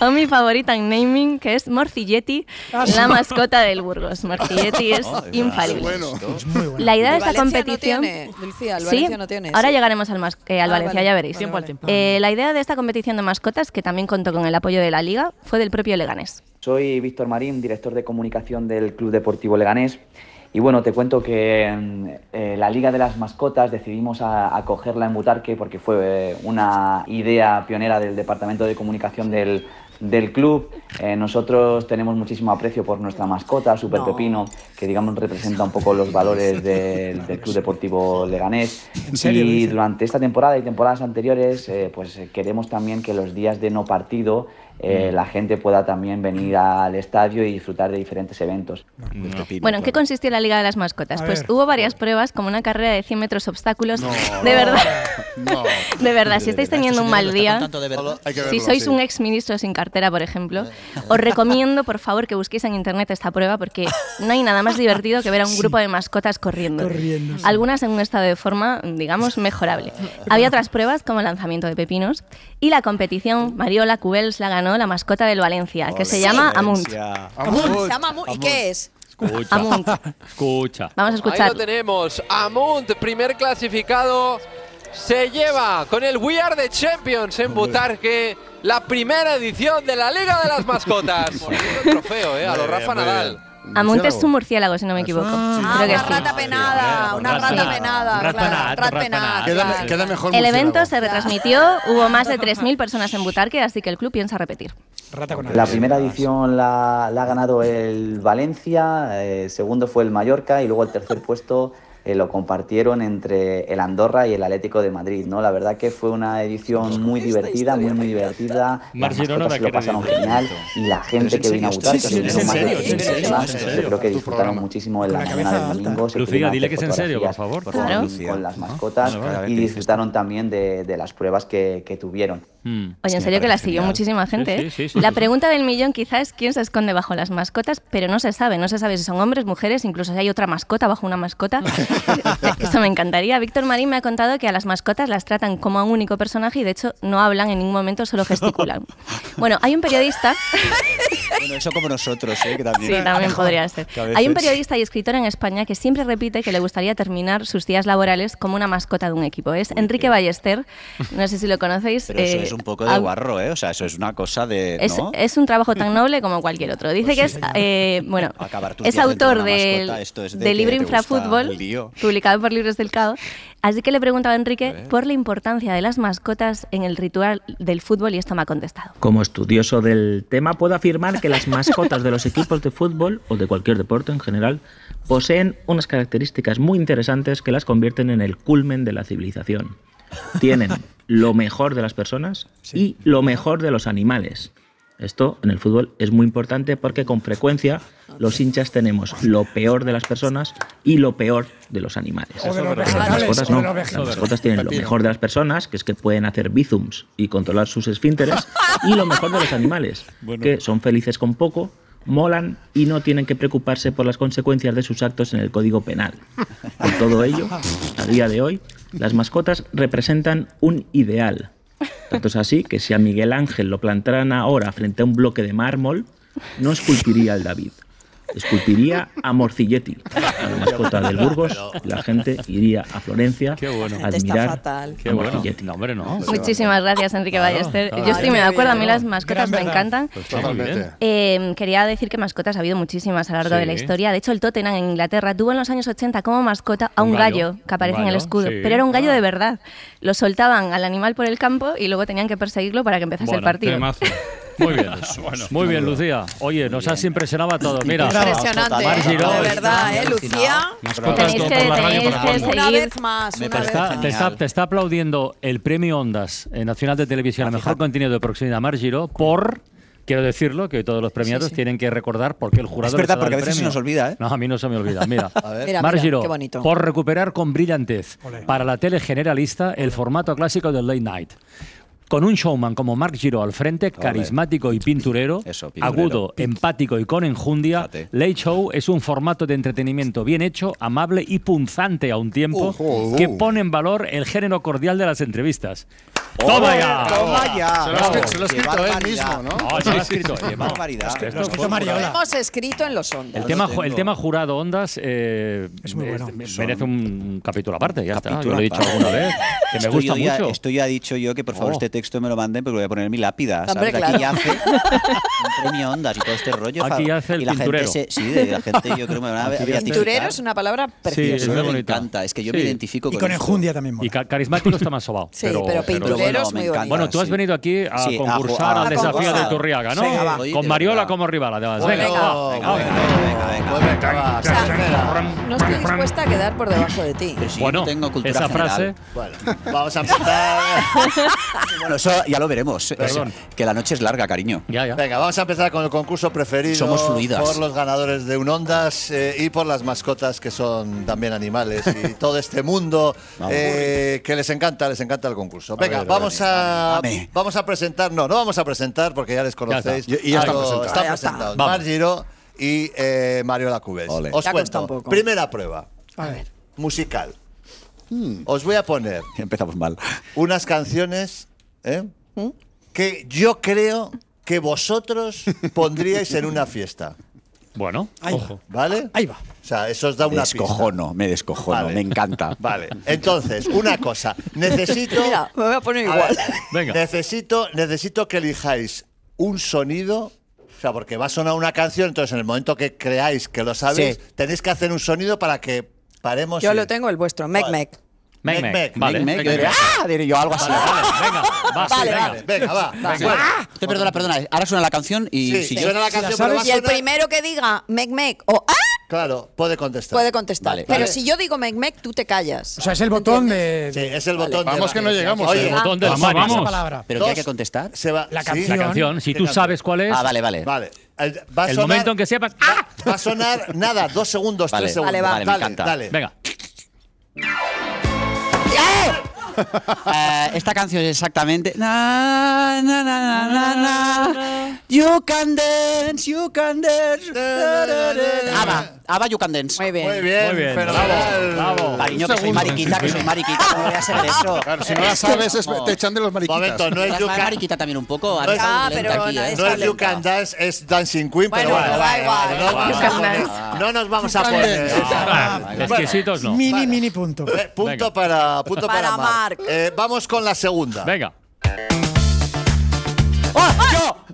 Speaker 26: O mi favorita en naming, que es Morcilletti,
Speaker 1: Ah, sí.
Speaker 26: la mascota del Burgos. Morcilletti es
Speaker 1: Ay,
Speaker 26: infalible.
Speaker 1: bueno. Es
Speaker 26: La idea
Speaker 1: ¿Y
Speaker 26: de esta
Speaker 1: Valencia no
Speaker 26: competición.
Speaker 1: tiene, Lucía? ¿El
Speaker 26: Sí,
Speaker 1: Valencia no tiene?
Speaker 26: Ahora
Speaker 1: Sí.
Speaker 26: llegaremos al, mas- eh, al
Speaker 1: Ah,
Speaker 26: Valencia,
Speaker 1: vale,
Speaker 26: ya veréis.
Speaker 1: vale, Tiempo al vale. tiempo.
Speaker 26: Eh, la idea de esta competición de mascotas, que también contó con el apoyo de la liga, fue del propio Leganés.
Speaker 25: Soy Víctor Marín, director de comunicación del Club Deportivo Leganés. Y bueno, te cuento que mm, eh, la Liga de las Mascotas decidimos a- acogerla en Butarque porque fue eh, una idea pionera del Departamento de Comunicación del, del club. Eh, nosotros tenemos muchísimo aprecio por nuestra mascota, Super Pepino, que digamos representa un poco los valores del, del Club Deportivo Leganés.
Speaker 15: serio,
Speaker 25: Y
Speaker 15: dice?
Speaker 25: durante esta temporada y temporadas anteriores, eh, pues eh, queremos también que los días de no partido eh,
Speaker 15: Mm.
Speaker 25: la gente pueda también venir al estadio y disfrutar de diferentes eventos.
Speaker 26: Bueno, ¿en qué consistía la Liga de las Mascotas?
Speaker 25: A
Speaker 26: pues
Speaker 25: ver.
Speaker 26: hubo varias pruebas, como una carrera de 100 metros obstáculos. de verdad, de verdad, si estáis teniendo un mal día, si sois un exministro sin cartera, por ejemplo, os recomiendo, por favor, que busquéis en internet esta prueba porque no hay nada más divertido que ver a un
Speaker 14: Sí.
Speaker 26: grupo de mascotas corriendo.
Speaker 14: Corriendo, sí.
Speaker 26: Algunas en un estado de forma, digamos, mejorable. Había otras pruebas como el lanzamiento de pepinos y la competición Mariola Cubels la ganó la mascota del Valencia, que se llama Amunt.
Speaker 1: Amunt. Se llama Amunt. ¿Y qué es?
Speaker 9: Escucha.
Speaker 26: Amunt.
Speaker 9: Escucha.
Speaker 26: Vamos
Speaker 16: Ahí
Speaker 26: a escuchar.
Speaker 16: lo tenemos. Amunt, primer clasificado, se lleva con el We Are the Champions en Butarque la primera edición de la Liga de las Mascotas. Bonito trofeo, ¿eh? A lo
Speaker 25: Muy bien,
Speaker 16: Rafa
Speaker 25: muy
Speaker 16: Nadal.
Speaker 26: Amunt es un murciélago, si no
Speaker 14: Ah,
Speaker 26: me equivoco. Creo que sí.
Speaker 1: penada, una
Speaker 16: Rat
Speaker 1: rata
Speaker 16: penada.
Speaker 1: penada,
Speaker 16: Rat
Speaker 1: claro,
Speaker 16: penada,
Speaker 1: rat
Speaker 16: rat
Speaker 1: penada.
Speaker 16: penada.
Speaker 1: claro.
Speaker 16: Queda mejor
Speaker 26: El evento se retransmitió, hubo más de 3.000 personas en Butarque, así que el club piensa repetir.
Speaker 25: La primera edición la, la ha ganado el Valencia, eh, segundo fue el Mallorca y luego el tercer puesto eh, lo compartieron entre el Andorra y el Atlético de Madrid. ¿no? La verdad que fue una edición muy divertida, muy muy divertida.
Speaker 9: Mar
Speaker 25: Las
Speaker 9: Girona
Speaker 25: mascotas
Speaker 9: da
Speaker 25: se lo pasaron
Speaker 9: crédito.
Speaker 25: genial y la gente
Speaker 9: ¿Pero es
Speaker 25: que
Speaker 9: en
Speaker 25: vino a
Speaker 9: serio
Speaker 25: votar,
Speaker 9: esto? Sí,
Speaker 25: que
Speaker 9: sí,
Speaker 25: vino
Speaker 9: es en
Speaker 25: más de
Speaker 9: serio, es en
Speaker 25: 200
Speaker 9: serio,
Speaker 25: personas,
Speaker 9: es en
Speaker 25: yo
Speaker 9: serio.
Speaker 25: creo que
Speaker 9: Tu
Speaker 25: disfrutaron
Speaker 9: programa.
Speaker 25: muchísimo en la
Speaker 9: Con la
Speaker 25: mañana
Speaker 9: cabeza
Speaker 25: del domingo. se
Speaker 9: Lucía,
Speaker 25: pudieron
Speaker 9: dile
Speaker 25: hacer
Speaker 9: que es en serio, por
Speaker 25: fotografías
Speaker 9: favor.
Speaker 25: con-
Speaker 9: Claro.
Speaker 25: Con las mascotas
Speaker 9: Vale, vale.
Speaker 25: y disfrutaron también de de las pruebas que que tuvieron.
Speaker 9: Hmm.
Speaker 26: Oye, en serio que la siguió muchísima gente.
Speaker 25: Sí,
Speaker 26: ¿eh?
Speaker 25: sí, sí, sí,
Speaker 26: la
Speaker 25: sí.
Speaker 26: pregunta del millón quizá es quién se esconde bajo las mascotas, pero no se sabe. No se sabe si son hombres, mujeres, incluso si hay otra mascota bajo una mascota. Eso me encantaría. Víctor Marín me ha contado que a las mascotas las tratan como a un único personaje y de hecho no hablan en ningún momento, solo gesticulan. Bueno, hay un periodista
Speaker 8: Bueno, eso como nosotros, ¿eh? Que también.
Speaker 26: Sí, también podría ser.
Speaker 8: Que a veces-
Speaker 26: Hay un periodista y escritor en España que siempre repite que le gustaría terminar sus días laborales como una mascota de un equipo. Es Enrique Ballester. No sé si lo conocéis.
Speaker 8: Pero eso
Speaker 26: eh,
Speaker 8: es un poco de
Speaker 26: ha-
Speaker 8: guarro, ¿eh? O sea, eso es una cosa de.
Speaker 26: Es, eh,
Speaker 8: ¿no? Pues
Speaker 26: es un trabajo tan noble como cualquier otro. Dice que es, eh, bueno,
Speaker 8: Acabar tus
Speaker 26: es
Speaker 8: días dentro de
Speaker 26: autor
Speaker 8: una
Speaker 26: del,
Speaker 8: mascota, esto es de
Speaker 26: del
Speaker 8: que
Speaker 26: libro
Speaker 8: te gusta
Speaker 26: Infrafútbol,
Speaker 8: el lío.
Speaker 26: publicado por Libros del Caos. Así que le preguntaba a Enrique por la importancia de las mascotas en el ritual del fútbol y esto me ha contestado.
Speaker 28: Como estudioso del tema, puedo afirmar que las mascotas de los equipos de fútbol o de cualquier deporte en general poseen unas características muy interesantes que las convierten en el culmen de la civilización. Tienen lo mejor de las personas y lo mejor de los animales. Esto en el fútbol es muy importante porque con frecuencia los hinchas tenemos lo peor de las personas y lo peor de los animales.
Speaker 3: O de los
Speaker 28: Las
Speaker 3: vegetales, o de
Speaker 28: mascotas no.
Speaker 3: los
Speaker 28: Las
Speaker 3: vegetales.
Speaker 28: mascotas tienen lo
Speaker 3: Pepino.
Speaker 28: mejor de las personas, que es que pueden hacer bizums y controlar sus esfínteres, y lo mejor de los animales, que son felices con poco, molan y no tienen que preocuparse por las consecuencias de sus actos en el código penal. Por todo ello, a día de hoy, las mascotas representan un ideal. Tanto es así que si a Miguel Ángel lo plantaran ahora frente a un bloque de mármol, no esculpiría al David. Esculpiría a Morcilletti, a la mascota del Burgos. y La gente iría a Florencia a
Speaker 1: Gente está
Speaker 28: admirar
Speaker 1: fatal.
Speaker 28: a
Speaker 1: Qué
Speaker 9: bueno.
Speaker 28: Morcilletti.
Speaker 9: No, hombre,
Speaker 8: Pues
Speaker 9: no.
Speaker 26: Muchísimas gracias, Enrique
Speaker 28: Claro,
Speaker 26: Ballester.
Speaker 28: claro.
Speaker 26: Yo estoy muy de
Speaker 28: Qué
Speaker 26: acuerdo, a mí
Speaker 28: bien,
Speaker 26: las
Speaker 28: ¿no?
Speaker 26: mascotas
Speaker 28: Gran
Speaker 26: me
Speaker 28: verdad.
Speaker 26: encantan.
Speaker 28: Pues está muy bien. Totalmente.
Speaker 26: Eh, quería decir que mascotas ha habido muchísimas a lo largo de la Sí. historia. De hecho, el Tottenham en Inglaterra tuvo en los años 80 como mascota a un, Un gallo, gallo, que aparece un en el gallo, escudo, sí. Ah. pero era un gallo de verdad. Lo soltaban al animal por el campo y luego tenían que perseguirlo para que empezase el
Speaker 9: Bueno,
Speaker 26: partido.
Speaker 9: temazo. Muy bien, muy bien, Lucía. Oye, nos has impresionado a todos. Mira,
Speaker 1: Impresionante,
Speaker 9: Mar
Speaker 1: ¿eh?
Speaker 9: Giró,
Speaker 1: de verdad, ¿eh, Lucía?
Speaker 9: mascotas todo por la radio por
Speaker 1: tenéis
Speaker 9: la voz.
Speaker 1: que Una vez más,
Speaker 9: Me
Speaker 1: una
Speaker 9: te,
Speaker 1: vez
Speaker 9: está,
Speaker 1: más.
Speaker 9: te está- te está aplaudiendo el premio Ondas eh, Nacional de Televisión a Mejor Contenido de Proximidad Margiro por, quiero decirlo, que todos los premiados
Speaker 8: sí.
Speaker 9: tienen que recordar por qué el jurado
Speaker 8: Es
Speaker 9: les
Speaker 8: verdad,
Speaker 9: ha dado
Speaker 8: porque a
Speaker 9: el
Speaker 8: veces se
Speaker 9: premio.
Speaker 8: nos olvida, ¿eh?
Speaker 9: No, a mí no se me olvida, mira.
Speaker 8: A ver. Mira, mira,
Speaker 9: Margiro,
Speaker 8: qué bonito.
Speaker 9: por recuperar con brillantez para la tele generalista el formato clásico del late night. Con un showman como Marc Giro al frente, carismático y ¿eh? pinturero,
Speaker 8: pinturero.
Speaker 9: agudo, empático y con enjundia, Late Show es un formato de entretenimiento bien hecho, amable y punzante a un tiempo
Speaker 7: Ojo,
Speaker 9: que
Speaker 7: uh.
Speaker 9: pone en valor el género cordial de las entrevistas. ¡Toma ya!
Speaker 8: ¡Toma ya!
Speaker 7: Se lo ha escri-
Speaker 8: Bravo,
Speaker 7: se lo ha escrito
Speaker 8: qué
Speaker 7: él
Speaker 8: barbaridad.
Speaker 7: mismo, ¿no?
Speaker 9: No, se lo ha escrito él, vamos.
Speaker 8: barbaridad.
Speaker 9: Esto
Speaker 8: Lo ha
Speaker 9: es
Speaker 8: escrito
Speaker 9: Mariola.
Speaker 1: Lo hemos escrito en los ondas.
Speaker 9: El tema, ju- el tema jurado Ondas eh, eh, me- merece un capítulo aparte, ya está. Yo lo he dicho
Speaker 8: aparte.
Speaker 9: alguna vez, que me
Speaker 8: Esto
Speaker 9: gusta
Speaker 8: yo ya-
Speaker 9: mucho.
Speaker 8: esto ya he dicho yo que por favor
Speaker 9: Oh.
Speaker 8: este texto me lo manden porque lo voy a poner en mi lápida. ¿sabes?
Speaker 9: Hombre,
Speaker 8: Aquí
Speaker 9: claro.
Speaker 8: yace un premio Ondas y todo este rollo.
Speaker 9: Aquí
Speaker 8: Fabio.
Speaker 9: yace el
Speaker 8: y la
Speaker 9: pinturero.
Speaker 8: Gente se- sí, de- la gente yo creo que me van a
Speaker 9: Aquí yace-
Speaker 1: Pinturero es una palabra preciosa.
Speaker 8: me encanta, es que yo me identifico
Speaker 3: Y
Speaker 8: con
Speaker 3: con
Speaker 8: esto.
Speaker 3: enjundia también mola.
Speaker 9: Y ca- carismático está más sobao.
Speaker 1: Sí, pero pinturero
Speaker 9: bueno,
Speaker 1: es muy
Speaker 9: me
Speaker 1: bonito.
Speaker 9: encanta, Bueno, tú has
Speaker 8: sí.
Speaker 9: venido aquí a
Speaker 8: Sí, a
Speaker 9: concursar
Speaker 8: jugar.
Speaker 9: al
Speaker 8: A
Speaker 9: desafío
Speaker 8: concursar.
Speaker 9: de Turriaga, ¿no?
Speaker 8: Venga, va. Oye,
Speaker 9: Con
Speaker 8: de
Speaker 9: Mariola
Speaker 8: verdad.
Speaker 9: como rival, además.
Speaker 8: Bueno,
Speaker 9: Venga, va.
Speaker 8: venga, venga, venga, venga, va,
Speaker 1: No estoy dispuesta a quedar por debajo de ti.
Speaker 8: Pero si yo
Speaker 9: Bueno,
Speaker 8: no tengo cultura
Speaker 9: esa
Speaker 8: general.
Speaker 9: frase-
Speaker 8: Bueno, vamos a empezar. bueno, eso ya lo veremos. eh,
Speaker 10: Perdón.
Speaker 8: Que la noche es larga, cariño.
Speaker 9: Ya, ya.
Speaker 10: Venga, vamos a empezar con el concurso preferido
Speaker 8: Somos fluidas.
Speaker 10: por los ganadores de un Ondas eh, y por las mascotas que son también animales y todo este mundo
Speaker 8: Vamos.
Speaker 10: eh, que les encanta, les encanta el concurso. Venga,
Speaker 8: ver,
Speaker 10: vamos
Speaker 8: dame,
Speaker 10: a
Speaker 8: dame, dame.
Speaker 10: vamos a presentar, no, no vamos a presentar porque ya les conocéis.
Speaker 7: Ya está. Y- y ya están
Speaker 10: Pero
Speaker 7: presentados.
Speaker 10: están
Speaker 7: Ya está.
Speaker 10: presentados.
Speaker 7: Vamos.
Speaker 10: Mar Giro y eh, Mariola Cubes.
Speaker 8: Ole.
Speaker 10: Os
Speaker 1: Ya cuesta un
Speaker 10: cuento.
Speaker 1: poco.
Speaker 10: Primera prueba,
Speaker 3: A ver.
Speaker 10: musical. Os voy a poner
Speaker 8: Empezamos mal.
Speaker 10: unas canciones ¿eh?
Speaker 1: ¿Mm?
Speaker 10: que yo creo que vosotros pondríais en una fiesta.
Speaker 9: Bueno,
Speaker 3: Ahí va.
Speaker 9: ojo.
Speaker 10: ¿Vale?
Speaker 3: Ahí va.
Speaker 10: O sea, eso os da
Speaker 8: Me
Speaker 10: una pista.
Speaker 8: descojono, me descojono,
Speaker 10: Vale.
Speaker 8: me encanta.
Speaker 10: Vale. Entonces, una cosa. Necesito.
Speaker 1: Mira, me voy a poner
Speaker 10: a
Speaker 1: igual.
Speaker 10: ver,
Speaker 9: Venga.
Speaker 10: Necesito, necesito que elijáis un sonido. O sea, porque va a sonar una canción, entonces en el momento que creáis que lo sabéis,
Speaker 8: Sí.
Speaker 10: tenéis que hacer un sonido para que paremos.
Speaker 1: Yo
Speaker 10: y-
Speaker 1: lo tengo el vuestro. Mec, mec.
Speaker 9: Mec, mec.
Speaker 10: Mec, mec,
Speaker 9: Vale.
Speaker 8: Me-
Speaker 9: mec,
Speaker 8: yo
Speaker 9: mec.
Speaker 8: diré, ¡ah! diré yo algo así.
Speaker 9: Venga, va, sí,
Speaker 1: Vale,
Speaker 9: venga.
Speaker 1: vale.
Speaker 10: Venga, va.
Speaker 8: Sí.
Speaker 10: Bueno,
Speaker 8: ¡Ah! Te perdona, perdona. Ahora suena la canción y
Speaker 10: sí,
Speaker 8: si yo.
Speaker 10: suena la canción, pero va a
Speaker 1: Y el
Speaker 10: sonar-
Speaker 1: primero que diga mec, mec o ah,
Speaker 10: Claro, puede contestar.
Speaker 1: puede contestar.
Speaker 8: Vale,
Speaker 1: Pero
Speaker 8: vale.
Speaker 1: si yo digo mec, mec, tú te callas.
Speaker 3: O sea, es el botón de.
Speaker 10: Sí, es el botón. de-
Speaker 7: Vamos que no llegamos,
Speaker 10: Oye,
Speaker 7: eh.
Speaker 9: El botón del
Speaker 11: Vamos,
Speaker 9: Mario.
Speaker 11: vamos.
Speaker 3: palabra.
Speaker 8: Pero
Speaker 10: Dos.
Speaker 8: que hay que contestar.
Speaker 10: se va.
Speaker 3: La
Speaker 10: sí.
Speaker 3: canción.
Speaker 9: La canción, si tú sabes cuál es,
Speaker 8: Ah, vale, vale.
Speaker 10: Vale. El, va a
Speaker 9: el
Speaker 10: sonar-
Speaker 9: momento en que sepas. ¡Ah!
Speaker 10: Va a sonar nada, dos segundos,
Speaker 8: Vale,
Speaker 10: tres segundos.
Speaker 8: vale, va. Vale, me
Speaker 10: dale,
Speaker 8: encanta.
Speaker 10: dale.
Speaker 9: Venga.
Speaker 8: Eh, esta canción es exactamente. Na, Ah, na, na, na, na, na. You can dance, you can dance. Da, da, da. Ava, Ava, you can dance.
Speaker 1: Muy bien.
Speaker 10: Muy bien,
Speaker 9: Muy bien,
Speaker 10: fenomenal.
Speaker 9: bravo, bravo.
Speaker 8: Cariño, que soy mariquita, que soy mariquita. ¿Cómo voy a hacer eso?
Speaker 7: Claro, si no la sabes, es-
Speaker 8: Vamos.
Speaker 7: te echan de los mariquitas.
Speaker 10: Momento, no
Speaker 8: La
Speaker 10: es you can,
Speaker 8: mariquita también un poco.
Speaker 10: No
Speaker 8: ahora
Speaker 10: es-
Speaker 8: está
Speaker 1: Ah,
Speaker 8: lenta
Speaker 1: pero
Speaker 8: aquí,
Speaker 1: no
Speaker 8: ¿eh?
Speaker 1: es
Speaker 10: no es you
Speaker 1: lenta.
Speaker 10: can dance, es dancing queen, pero
Speaker 1: Bueno,
Speaker 10: bueno.
Speaker 1: da igual.
Speaker 10: No, vamos
Speaker 1: You
Speaker 10: a
Speaker 1: can
Speaker 10: poner- no nos vamos a poner.
Speaker 9: Ah, Exquisitos no.
Speaker 3: Mini, mini punto.
Speaker 10: Eh, punto
Speaker 9: Venga.
Speaker 10: para, punto para,
Speaker 1: Para
Speaker 10: Marc.
Speaker 1: Marc.
Speaker 10: Eh, vamos con la segunda. ¡Ah!
Speaker 9: Venga.
Speaker 1: ¡Ah!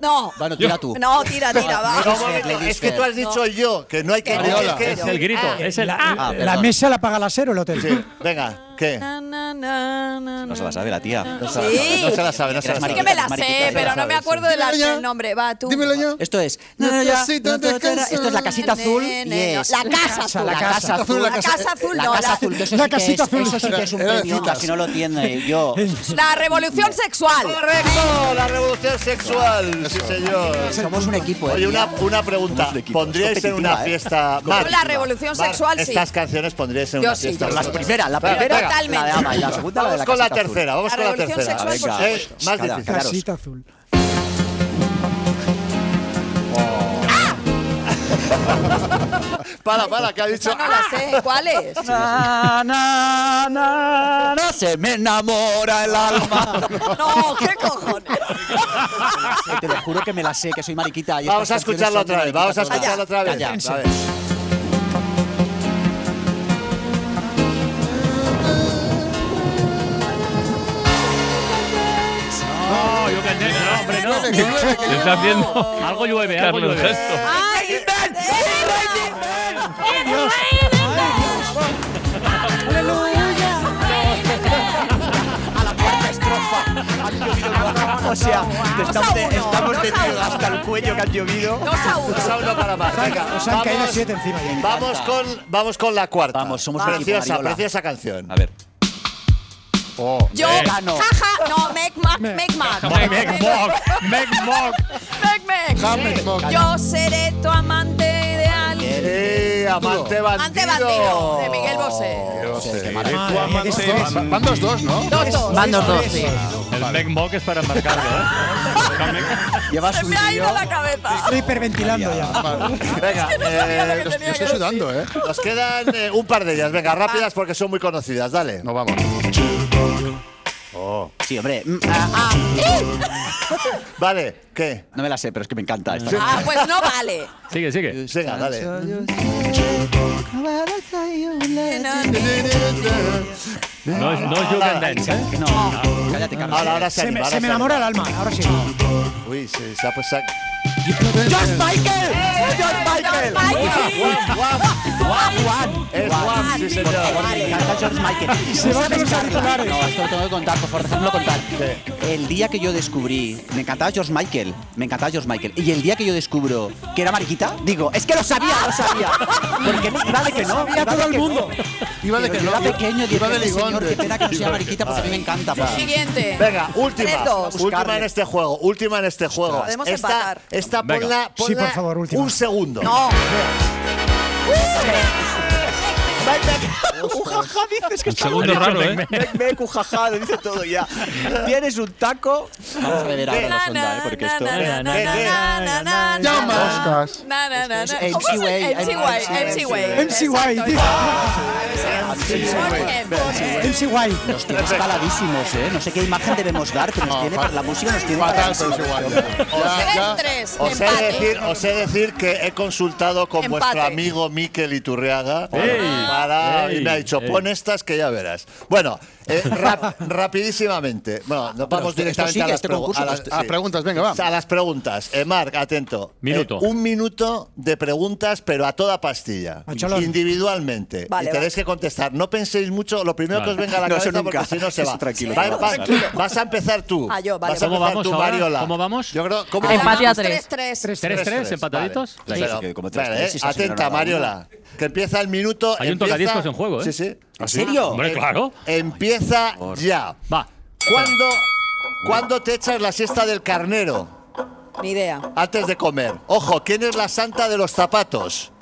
Speaker 1: No.
Speaker 8: Bueno, tira tú.
Speaker 1: No, tira, tira,
Speaker 10: No,
Speaker 1: va.
Speaker 10: un momento, es que tú has dicho yo, que no hay que.
Speaker 1: No,
Speaker 10: es que-
Speaker 9: Es el grito, es el ah.
Speaker 8: Ah,
Speaker 3: La
Speaker 8: perdón.
Speaker 3: mesa la paga la cero el hotel.
Speaker 10: Sí, venga, ¿qué?
Speaker 1: Na, na, na, na,
Speaker 8: No se
Speaker 1: na.
Speaker 8: la sabe la tía.
Speaker 10: No se la
Speaker 1: Sí.
Speaker 10: sabe, no se la sabe, no se la
Speaker 1: Sí
Speaker 10: sabe.
Speaker 1: que me la
Speaker 8: Mariquita,
Speaker 1: sé,
Speaker 8: ya
Speaker 1: pero no
Speaker 10: sabes,
Speaker 1: me acuerdo del
Speaker 7: Dímelo ya.
Speaker 1: del nombre. Va, tú.
Speaker 7: Dímelo ya.
Speaker 8: Esto es.
Speaker 7: No,
Speaker 8: Na, na, na,
Speaker 7: casita de
Speaker 8: na, na, na. Esto es la casita
Speaker 1: Ne,
Speaker 8: azul.
Speaker 1: ne,
Speaker 8: y
Speaker 1: ne, no.
Speaker 8: es-
Speaker 1: La casa azul.
Speaker 8: La casa azul.
Speaker 1: La casa azul,
Speaker 8: La
Speaker 1: no.
Speaker 8: casa
Speaker 1: la-
Speaker 8: azul. que eso
Speaker 3: La
Speaker 8: sí que
Speaker 3: casita
Speaker 8: es-
Speaker 3: azul.
Speaker 8: Eso sí que es un
Speaker 7: Era de
Speaker 8: premio.
Speaker 7: citas.
Speaker 8: Casi no lo tiene yo.
Speaker 1: La revolución sexual.
Speaker 10: Correcto, la revolución sexual, sí señor.
Speaker 8: Somos un equipo, ¿eh?
Speaker 10: Oye, una, una pregunta.
Speaker 8: Somos un equipo,
Speaker 10: ¿Pondríais en
Speaker 8: competitiva,
Speaker 10: una
Speaker 8: ¿eh?
Speaker 10: fiesta
Speaker 1: Yo
Speaker 10: Mar,
Speaker 1: la revolución
Speaker 10: Mar,
Speaker 1: sexual, sí.
Speaker 10: Estas canciones pondríais en
Speaker 1: Yo
Speaker 10: una
Speaker 1: sí,
Speaker 10: fiesta.
Speaker 1: yo
Speaker 8: Las
Speaker 1: sí.
Speaker 8: primeras, la
Speaker 1: Pero
Speaker 8: primera, la
Speaker 1: totalmente.
Speaker 8: de ama y la segunda, la de
Speaker 10: Vamos
Speaker 8: la
Speaker 10: con la
Speaker 8: casita azul.
Speaker 10: tercera, vamos
Speaker 1: La
Speaker 10: con la
Speaker 1: revolución
Speaker 10: tercera.
Speaker 1: sexual,
Speaker 8: por
Speaker 10: Eh,
Speaker 8: supuesto.
Speaker 10: más
Speaker 8: Cada-
Speaker 10: difícil.
Speaker 8: cada- Quedaros.
Speaker 3: Casita azul.
Speaker 10: Para, para, que ha dicho.
Speaker 1: Yo no
Speaker 8: "Ah".
Speaker 1: la sé. ¿Cuál es?
Speaker 8: Na, na, na, na, se me enamora el alma.
Speaker 1: No, qué cojones.
Speaker 8: Sí, Te lo juro que me la sé, que soy mariquita. y
Speaker 10: Vamos a
Speaker 8: estas canciones
Speaker 10: escucharla
Speaker 8: son de
Speaker 10: otra vez, vamos a
Speaker 8: mariquita
Speaker 10: escucharla otra vez.
Speaker 8: Calla.
Speaker 10: Otra vez.
Speaker 9: No, yo canté. No, hombre, no.
Speaker 11: Le está haciendo
Speaker 9: Algo llueve, algo
Speaker 11: Carlos
Speaker 9: llueve.
Speaker 11: gesto.
Speaker 1: ¡Ay,
Speaker 8: O sea, te estamos, de- estamos de tío hasta el cuello que han llovido.
Speaker 1: Dos a uno.
Speaker 10: Dos a uno para Mar. Venga,
Speaker 3: Os han caído
Speaker 10: vamos-
Speaker 3: siete encima ya.
Speaker 10: Vamos con, vamos con la cuarta.
Speaker 8: Vamos, somos un equipo,
Speaker 10: preciosa,
Speaker 8: Mariola.
Speaker 10: preciosa canción. Oh,
Speaker 8: ver.
Speaker 1: Yo,
Speaker 8: Gano.
Speaker 1: jaja, no, Mec Mac, Mec Mac.
Speaker 9: Mec, mec, moc, mec, moc.
Speaker 1: Mec Mec.
Speaker 7: Hamlet Mock.
Speaker 1: Yo seré tu amante de alguien.
Speaker 10: Sí, amante bandido.
Speaker 1: Ante bandido, de Miguel Bosé.
Speaker 7: Yo sé.
Speaker 3: Madre mía, qué estrés.
Speaker 7: Van van dos, dos, ¿no?
Speaker 1: Dos, dos.
Speaker 10: Van dos, dos,
Speaker 1: sí.
Speaker 9: El mec, moc es para marcarlo, ¿eh?
Speaker 8: Llevas
Speaker 1: Se
Speaker 8: un
Speaker 1: me ha ido
Speaker 8: lío.
Speaker 1: la cabeza.
Speaker 3: Estoy hiperventilando ya.
Speaker 10: Venga, eh,
Speaker 7: Yo
Speaker 1: Tenía que
Speaker 7: estoy sudando, ¿eh?
Speaker 10: nos quedan eh, un par de ellas. Venga, rápidas porque son muy conocidas. Dale.
Speaker 7: No vamos.
Speaker 10: Oh.
Speaker 8: Sí, hombre. Mm, ah, ah. vale, ¿qué? No me la sé, pero es que me encanta esta.
Speaker 1: Ah, pues no vale.
Speaker 9: Sigue, sigue.
Speaker 8: Venga, dale.
Speaker 9: No es, no es You Can Dance, ¿eh?
Speaker 8: No, cállate, Carlos.
Speaker 10: Ahora, ahora se
Speaker 3: Se me,
Speaker 10: anima, ahora
Speaker 3: se me enamora el alma, ahora sí.
Speaker 10: anima. Uy, se, se ha puesto...
Speaker 8: ¡George Michael! ¡Soy George Michael! ¡Guau, guau!
Speaker 10: Es Juan, sí, señor.
Speaker 8: Canta George Michael.
Speaker 10: Se va a
Speaker 8: ¿Sabes,
Speaker 10: los
Speaker 8: Carlos?
Speaker 10: auriculares.
Speaker 8: No, esto lo tengo que contar, por favor, dejadmelo contar. El día que yo descubrí, me encantaba George Michael, me encantaba George Michael, y el día que yo descubro que era mariquita, digo, es que lo sabía, lo sabía, porque iba de que no,
Speaker 10: Sabía
Speaker 8: iba de
Speaker 10: todo
Speaker 8: que
Speaker 10: el mundo.
Speaker 8: no.
Speaker 10: Iba de
Speaker 8: Pero
Speaker 10: que
Speaker 8: yo
Speaker 10: no.
Speaker 8: era pequeño, dije,
Speaker 10: Iba de
Speaker 8: "Este señor,
Speaker 10: ligonte".
Speaker 8: qué pena que no sea
Speaker 10: Vale.
Speaker 8: mariquita, porque a mí me encanta.
Speaker 10: Vale.
Speaker 8: pues".
Speaker 1: Siguiente.
Speaker 10: Venga, última.
Speaker 1: Tres, dos.
Speaker 10: Última en este juego. Última en este juego.
Speaker 1: Podemos
Speaker 10: Esta,
Speaker 1: empatar.
Speaker 10: esta
Speaker 1: Venga.
Speaker 10: ponla,
Speaker 1: Sí,
Speaker 10: ponla
Speaker 1: por favor, última.
Speaker 10: un segundo.
Speaker 1: No.
Speaker 8: Ujaja, dices que
Speaker 10: El
Speaker 8: está
Speaker 10: segundo
Speaker 8: bueno.
Speaker 10: raro, ¿eh?
Speaker 8: Mec, mec, ujaja, lo dice todo ya. Tienes un taco.
Speaker 10: Ah.
Speaker 8: Vamos a beber ahora la sonda, ¿eh? Porque esto.
Speaker 1: Llamas. Na, na, na, na.
Speaker 8: Esto es
Speaker 1: ¿Cómo se-
Speaker 8: MCY,
Speaker 1: MCY,
Speaker 8: MCY.
Speaker 1: MCY.
Speaker 3: MCY,
Speaker 1: Exacto.
Speaker 3: dice.
Speaker 8: MC White. Los tienes caladísimos, ¿eh? No sé qué imagen debemos dar, pero nos tiene la música, nos tiene
Speaker 10: Fatal,
Speaker 8: paradísimos.
Speaker 10: pero es igual. Ya, ya.
Speaker 1: Tres,
Speaker 10: Os he,
Speaker 1: empate.
Speaker 10: decir, os he decir que he consultado con vuestro
Speaker 1: Empate.
Speaker 10: amigo Miquel Iturriaga
Speaker 1: Ey,
Speaker 10: para, y
Speaker 1: ey,
Speaker 10: me ha dicho,
Speaker 1: ey.
Speaker 10: pon estas que ya verás. Bueno, eh, rap- rapidísimamente. Bueno, nos vamos
Speaker 7: esto-
Speaker 10: directamente
Speaker 7: esto sigue,
Speaker 10: a las,
Speaker 7: este
Speaker 10: pregu-
Speaker 7: concurso,
Speaker 10: a las-
Speaker 7: esto- a preguntas, venga, va.
Speaker 10: O sea, A las preguntas. Eh, Marc, atento.
Speaker 7: Minuto.
Speaker 10: Eh, un minuto de preguntas, pero a toda pastilla.
Speaker 7: cholón.
Speaker 10: Individualmente.
Speaker 7: Vale,
Speaker 10: y tenéis que contestar. No penséis mucho, lo primero
Speaker 7: Vale.
Speaker 10: que os venga a la
Speaker 7: No, eso
Speaker 10: cabeza,
Speaker 7: nunca.
Speaker 10: porque si no se
Speaker 7: Eso
Speaker 10: va.
Speaker 7: tranquilo,
Speaker 10: Va-
Speaker 7: tranquilo,
Speaker 10: va-
Speaker 7: tranquilo.
Speaker 10: vas a empezar tú.
Speaker 1: Ah, yo, vale,
Speaker 10: Vas
Speaker 1: vale.
Speaker 10: a empezar
Speaker 1: ¿Cómo vamos
Speaker 10: tú,
Speaker 1: ahora?
Speaker 10: Mariola.
Speaker 1: ¿Cómo
Speaker 9: vamos?
Speaker 10: Yo creo, ¿cómo
Speaker 1: Empate a
Speaker 10: vamos?
Speaker 1: tres. Tres, tres.
Speaker 9: Tres, tres, empataditos.
Speaker 10: Vale.
Speaker 9: Sí.
Speaker 10: Pero,
Speaker 9: Que como tres,
Speaker 10: espera,
Speaker 9: tres,
Speaker 10: eh,
Speaker 9: y se
Speaker 10: atenta,
Speaker 9: asignaron a la
Speaker 10: Mariola. Que empieza el minuto.
Speaker 9: Hay un
Speaker 10: empieza-
Speaker 9: tocadiscos en juego, ¿eh?
Speaker 10: Sí, sí.
Speaker 9: ¿En serio? Hombre,
Speaker 10: Em-
Speaker 9: claro.
Speaker 10: Empieza ya.
Speaker 9: Va.
Speaker 10: ¿Cuándo, ¿Cuándo te echas la siesta del carnero?
Speaker 1: Ni idea.
Speaker 10: Antes de comer. Ojo, ¿quién es la santa de los zapatos?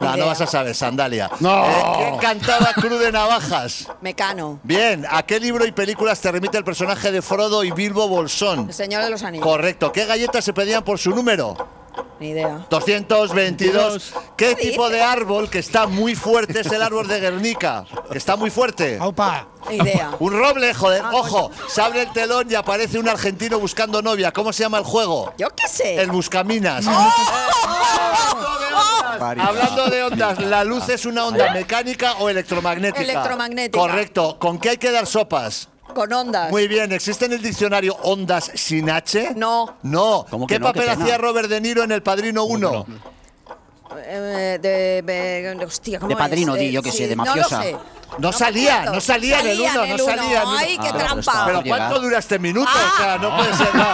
Speaker 10: No, no vas a saber, sandalia. Eh,
Speaker 1: No.
Speaker 10: ¿Quién cantaba Cruz de Navajas?
Speaker 1: Mecano.
Speaker 10: Bien, ¿a qué libro y películas te remite el personaje de Frodo y Bilbo Bolsón?
Speaker 1: El señor de los anillos.
Speaker 10: Correcto. ¿Qué galletas se pedían por su número?
Speaker 1: Ni idea.
Speaker 10: 222. ¿Qué
Speaker 1: ¿Qué dices?
Speaker 10: tipo de árbol que está muy fuerte es el árbol de Guernica? Que está muy fuerte.
Speaker 1: Ni idea.
Speaker 10: Un roble,
Speaker 1: Ah,
Speaker 10: joder. Ojo, se abre el telón y aparece un argentino buscando novia. ¿Cómo se llama el juego?
Speaker 1: Yo qué sé.
Speaker 10: El buscaminas. Hablando de ondas, ¿la luz es una onda mecánica o electromagnética?
Speaker 1: Electromagnética.
Speaker 10: Correcto. ¿Con qué hay que dar sopas?
Speaker 1: Con ondas.
Speaker 10: Muy bien, ¿existe en el diccionario ondas sin H?
Speaker 1: No.
Speaker 10: No.
Speaker 1: que
Speaker 10: ¿Qué
Speaker 1: no? Qué
Speaker 10: papel
Speaker 1: pena.
Speaker 10: hacía Robert De Niro en El Padrino 1?
Speaker 1: Eh, de, de- hostia, ¿cómo
Speaker 8: De padrino,
Speaker 1: es?
Speaker 8: di,
Speaker 1: Eh,
Speaker 8: yo qué
Speaker 1: sí,
Speaker 8: sé, de mafiosa.
Speaker 1: No lo sé.
Speaker 10: No, salía,
Speaker 1: acuerdo.
Speaker 10: no salía en el
Speaker 1: Salía
Speaker 10: 1,
Speaker 1: en
Speaker 10: no
Speaker 1: el uno.
Speaker 10: salía en el
Speaker 1: Ay,
Speaker 10: uno.
Speaker 1: qué Ah, pero trampa. Ah. estaba
Speaker 10: Pero
Speaker 1: por
Speaker 10: ¿cuánto
Speaker 1: llegar.
Speaker 10: dura este minuto? O sea, no puede ser. No.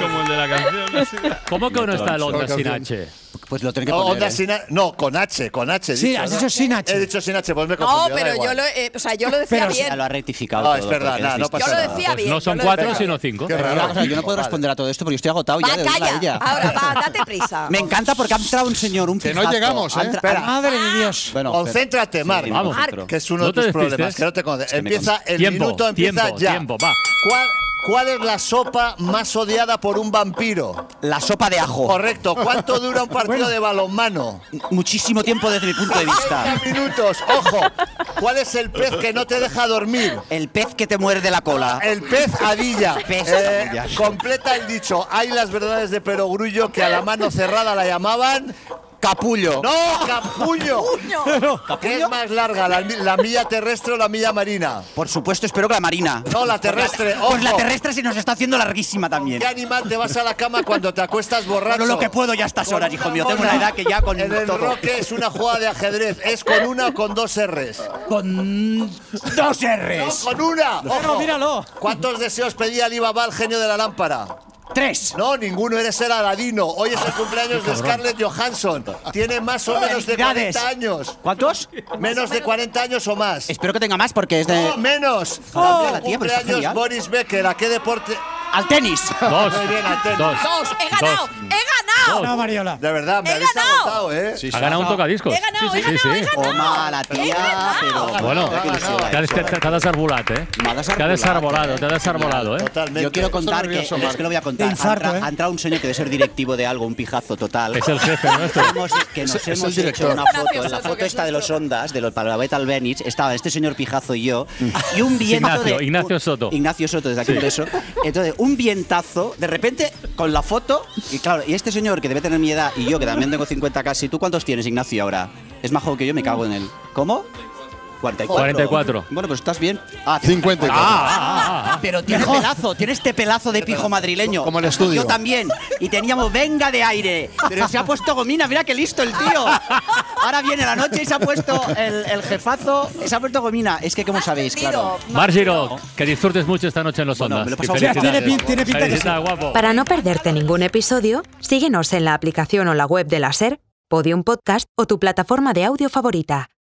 Speaker 9: Como el de la canción. ¿Cómo que uno está el onda sin H?
Speaker 8: Pues lo
Speaker 10: No, onda sin H- no, con H, con H. he
Speaker 8: Sí,
Speaker 10: dicho,
Speaker 8: has
Speaker 10: ¿no?
Speaker 8: dicho sin H.
Speaker 10: He dicho sin H, pues me he
Speaker 1: No,
Speaker 10: confundido, da
Speaker 1: pero yo
Speaker 10: igual.
Speaker 1: lo, eh, o sea, yo lo decía
Speaker 8: Pero
Speaker 1: bien.
Speaker 8: lo ha rectificado.
Speaker 10: No, es
Speaker 8: todo,
Speaker 10: verdad,
Speaker 8: porque
Speaker 10: nada,
Speaker 8: eres
Speaker 10: no
Speaker 8: listo.
Speaker 10: pasa
Speaker 1: Yo lo nada. decía bien,
Speaker 9: no
Speaker 1: yo
Speaker 9: son
Speaker 1: lo
Speaker 9: cuatro,
Speaker 1: decía
Speaker 9: sino cinco.
Speaker 8: Pero una cosa, yo no puedo responder a todo esto porque yo estoy agotado ya de verla a ella.
Speaker 1: Ahora va, date prisa.
Speaker 8: Me encanta porque ha entrado un señor, un
Speaker 10: Que no
Speaker 8: pijazo.
Speaker 10: llegamos,
Speaker 8: Ha
Speaker 10: ¿eh?
Speaker 8: entra-
Speaker 10: Espera.
Speaker 8: Ah, Madre
Speaker 1: Ah.
Speaker 8: de Dios. Bueno, pero-
Speaker 10: Concéntrate,
Speaker 8: Sí,
Speaker 10: Marc.
Speaker 8: me concentro.
Speaker 10: Que es uno
Speaker 8: No
Speaker 10: de
Speaker 8: te
Speaker 10: tus
Speaker 8: despistes.
Speaker 10: problemas. Que no te conce-
Speaker 8: Es que me
Speaker 10: empieza
Speaker 8: concentro.
Speaker 10: el
Speaker 8: Tiempo,
Speaker 10: minuto, empieza
Speaker 8: tiempo,
Speaker 10: ya.
Speaker 8: tiempo, va.
Speaker 10: ¿Cuál, ¿Cuál es la sopa más odiada por un vampiro?
Speaker 8: La sopa de ajo.
Speaker 10: Correcto. ¿Cuánto dura un partido de balonmano?
Speaker 8: Muchísimo tiempo desde mi punto de vista.
Speaker 10: 30 minutos. Ojo. ¿Cuál es el pez que no te deja dormir?
Speaker 8: El pez que te muerde la cola.
Speaker 10: El pez adilla.
Speaker 8: Pez
Speaker 10: Eh,
Speaker 8: adilla.
Speaker 10: completa el dicho. Hay las verdades de Perogrullo que a la mano cerrada la llamaban.
Speaker 8: Capullo.
Speaker 10: ¡No, capullo! ¿Qué es más larga, la, la milla terrestre o la milla marina?
Speaker 8: Por supuesto, espero que la marina.
Speaker 10: No, la terrestre,
Speaker 8: Pues la, pues la
Speaker 10: ojo.
Speaker 8: terrestre se nos está haciendo larguísima también.
Speaker 10: ¿Qué animal te vas a la cama cuando te acuestas borracho?
Speaker 8: Bueno, lo que puedo ya a estas
Speaker 10: Con
Speaker 8: horas,
Speaker 10: una
Speaker 8: hijo mío. Tengo
Speaker 10: mona
Speaker 8: una edad que ya con
Speaker 10: En el
Speaker 8: todo.
Speaker 10: roque es una jugada de ajedrez. ¿Es con una o con dos R's?
Speaker 8: Con dos R's.
Speaker 10: No, con una.
Speaker 8: No,
Speaker 10: Ojo.
Speaker 8: míralo.
Speaker 10: ¿Cuántos deseos pedía Alibaba al genio de la lámpara?
Speaker 8: Tres.
Speaker 10: No, ninguno. Eres el Aladino. Hoy es el cumpleaños de Scarlett Johansson. Tiene más o menos de
Speaker 8: Felicidades.
Speaker 10: 40 años.
Speaker 8: ¿Cuántos?
Speaker 10: Menos de 40 años o más.
Speaker 8: Espero que tenga más porque es de.
Speaker 10: No, menos. También
Speaker 8: Joder, la tía, pero está
Speaker 10: cumpleaños
Speaker 8: genial.
Speaker 10: Boris Becker. ¿A qué deporte?
Speaker 8: Al tenis.
Speaker 10: Muy bien, al tenis.
Speaker 1: Dos, he ganado, he ganado.
Speaker 10: ganado!
Speaker 3: No, Mariola.
Speaker 10: De verdad, me habéis agotado, ¿eh?
Speaker 9: Ha ganado un tocadiscos. He ganado, he Sí, sí, ganado, sí. he ganado.
Speaker 8: Toma, la tía, pero...
Speaker 9: Bueno,
Speaker 8: qué ilusión.
Speaker 9: te has, te- te has desarbolat, ¿eh? Te has desarbolado, te has desarbolado, ¿eh?
Speaker 8: Yo quiero contar que, es que lo voy a contar.
Speaker 9: De infarto,
Speaker 8: ha, entra- ha entrado un señor que debe ser directivo de algo, un pijazo total.
Speaker 9: Es el jefe nuestro.
Speaker 8: Hemos- que nos
Speaker 9: Es- es
Speaker 8: hemos
Speaker 9: el
Speaker 8: hecho
Speaker 9: director.
Speaker 8: una foto. En la foto esta de los Ondas, de los Palabet Albenic, estaban este señor pijazo y yo. Y un viento
Speaker 9: Ignacio,
Speaker 8: de...
Speaker 9: Ignacio Soto.
Speaker 8: Ignacio Soto, desde aquí
Speaker 9: Sí.
Speaker 8: un beso. Entonces, un vientazo, de repente, con la foto, y claro, y este señor que debe tener mi edad y yo que también tengo 50 casi, ¿tú cuántos tienes, Ignacio, ahora? Es más joven que yo, me cago en él. ¿Cómo? 44.
Speaker 9: 44.
Speaker 8: Bueno, pues estás bien. Ah,
Speaker 7: 54.
Speaker 8: Ah, ah, ah, ah. Pero tienes
Speaker 7: Mejor.
Speaker 8: pelazo, tienes este pelazo de pijo madrileño.
Speaker 7: Como el estudio.
Speaker 8: Yo también. Y teníamos venga de aire. Pero se ha puesto gomina, mira qué listo el tío. Ahora viene la noche y se ha puesto el, el jefazo, se ha puesto gomina. Es que, ¿cómo sabéis? Claro.
Speaker 9: Margi Rock, que disfrutes mucho esta noche en los ondas.
Speaker 8: me lo
Speaker 9: Y
Speaker 8: he pasado bien.
Speaker 9: felicidades.
Speaker 8: Tiene pin- tiene pinta que sí.
Speaker 9: Felicidades, guapo.
Speaker 22: Para no perderte ningún episodio, síguenos en la aplicación o la web de la SER, Podium Podcast o tu plataforma de audio favorita.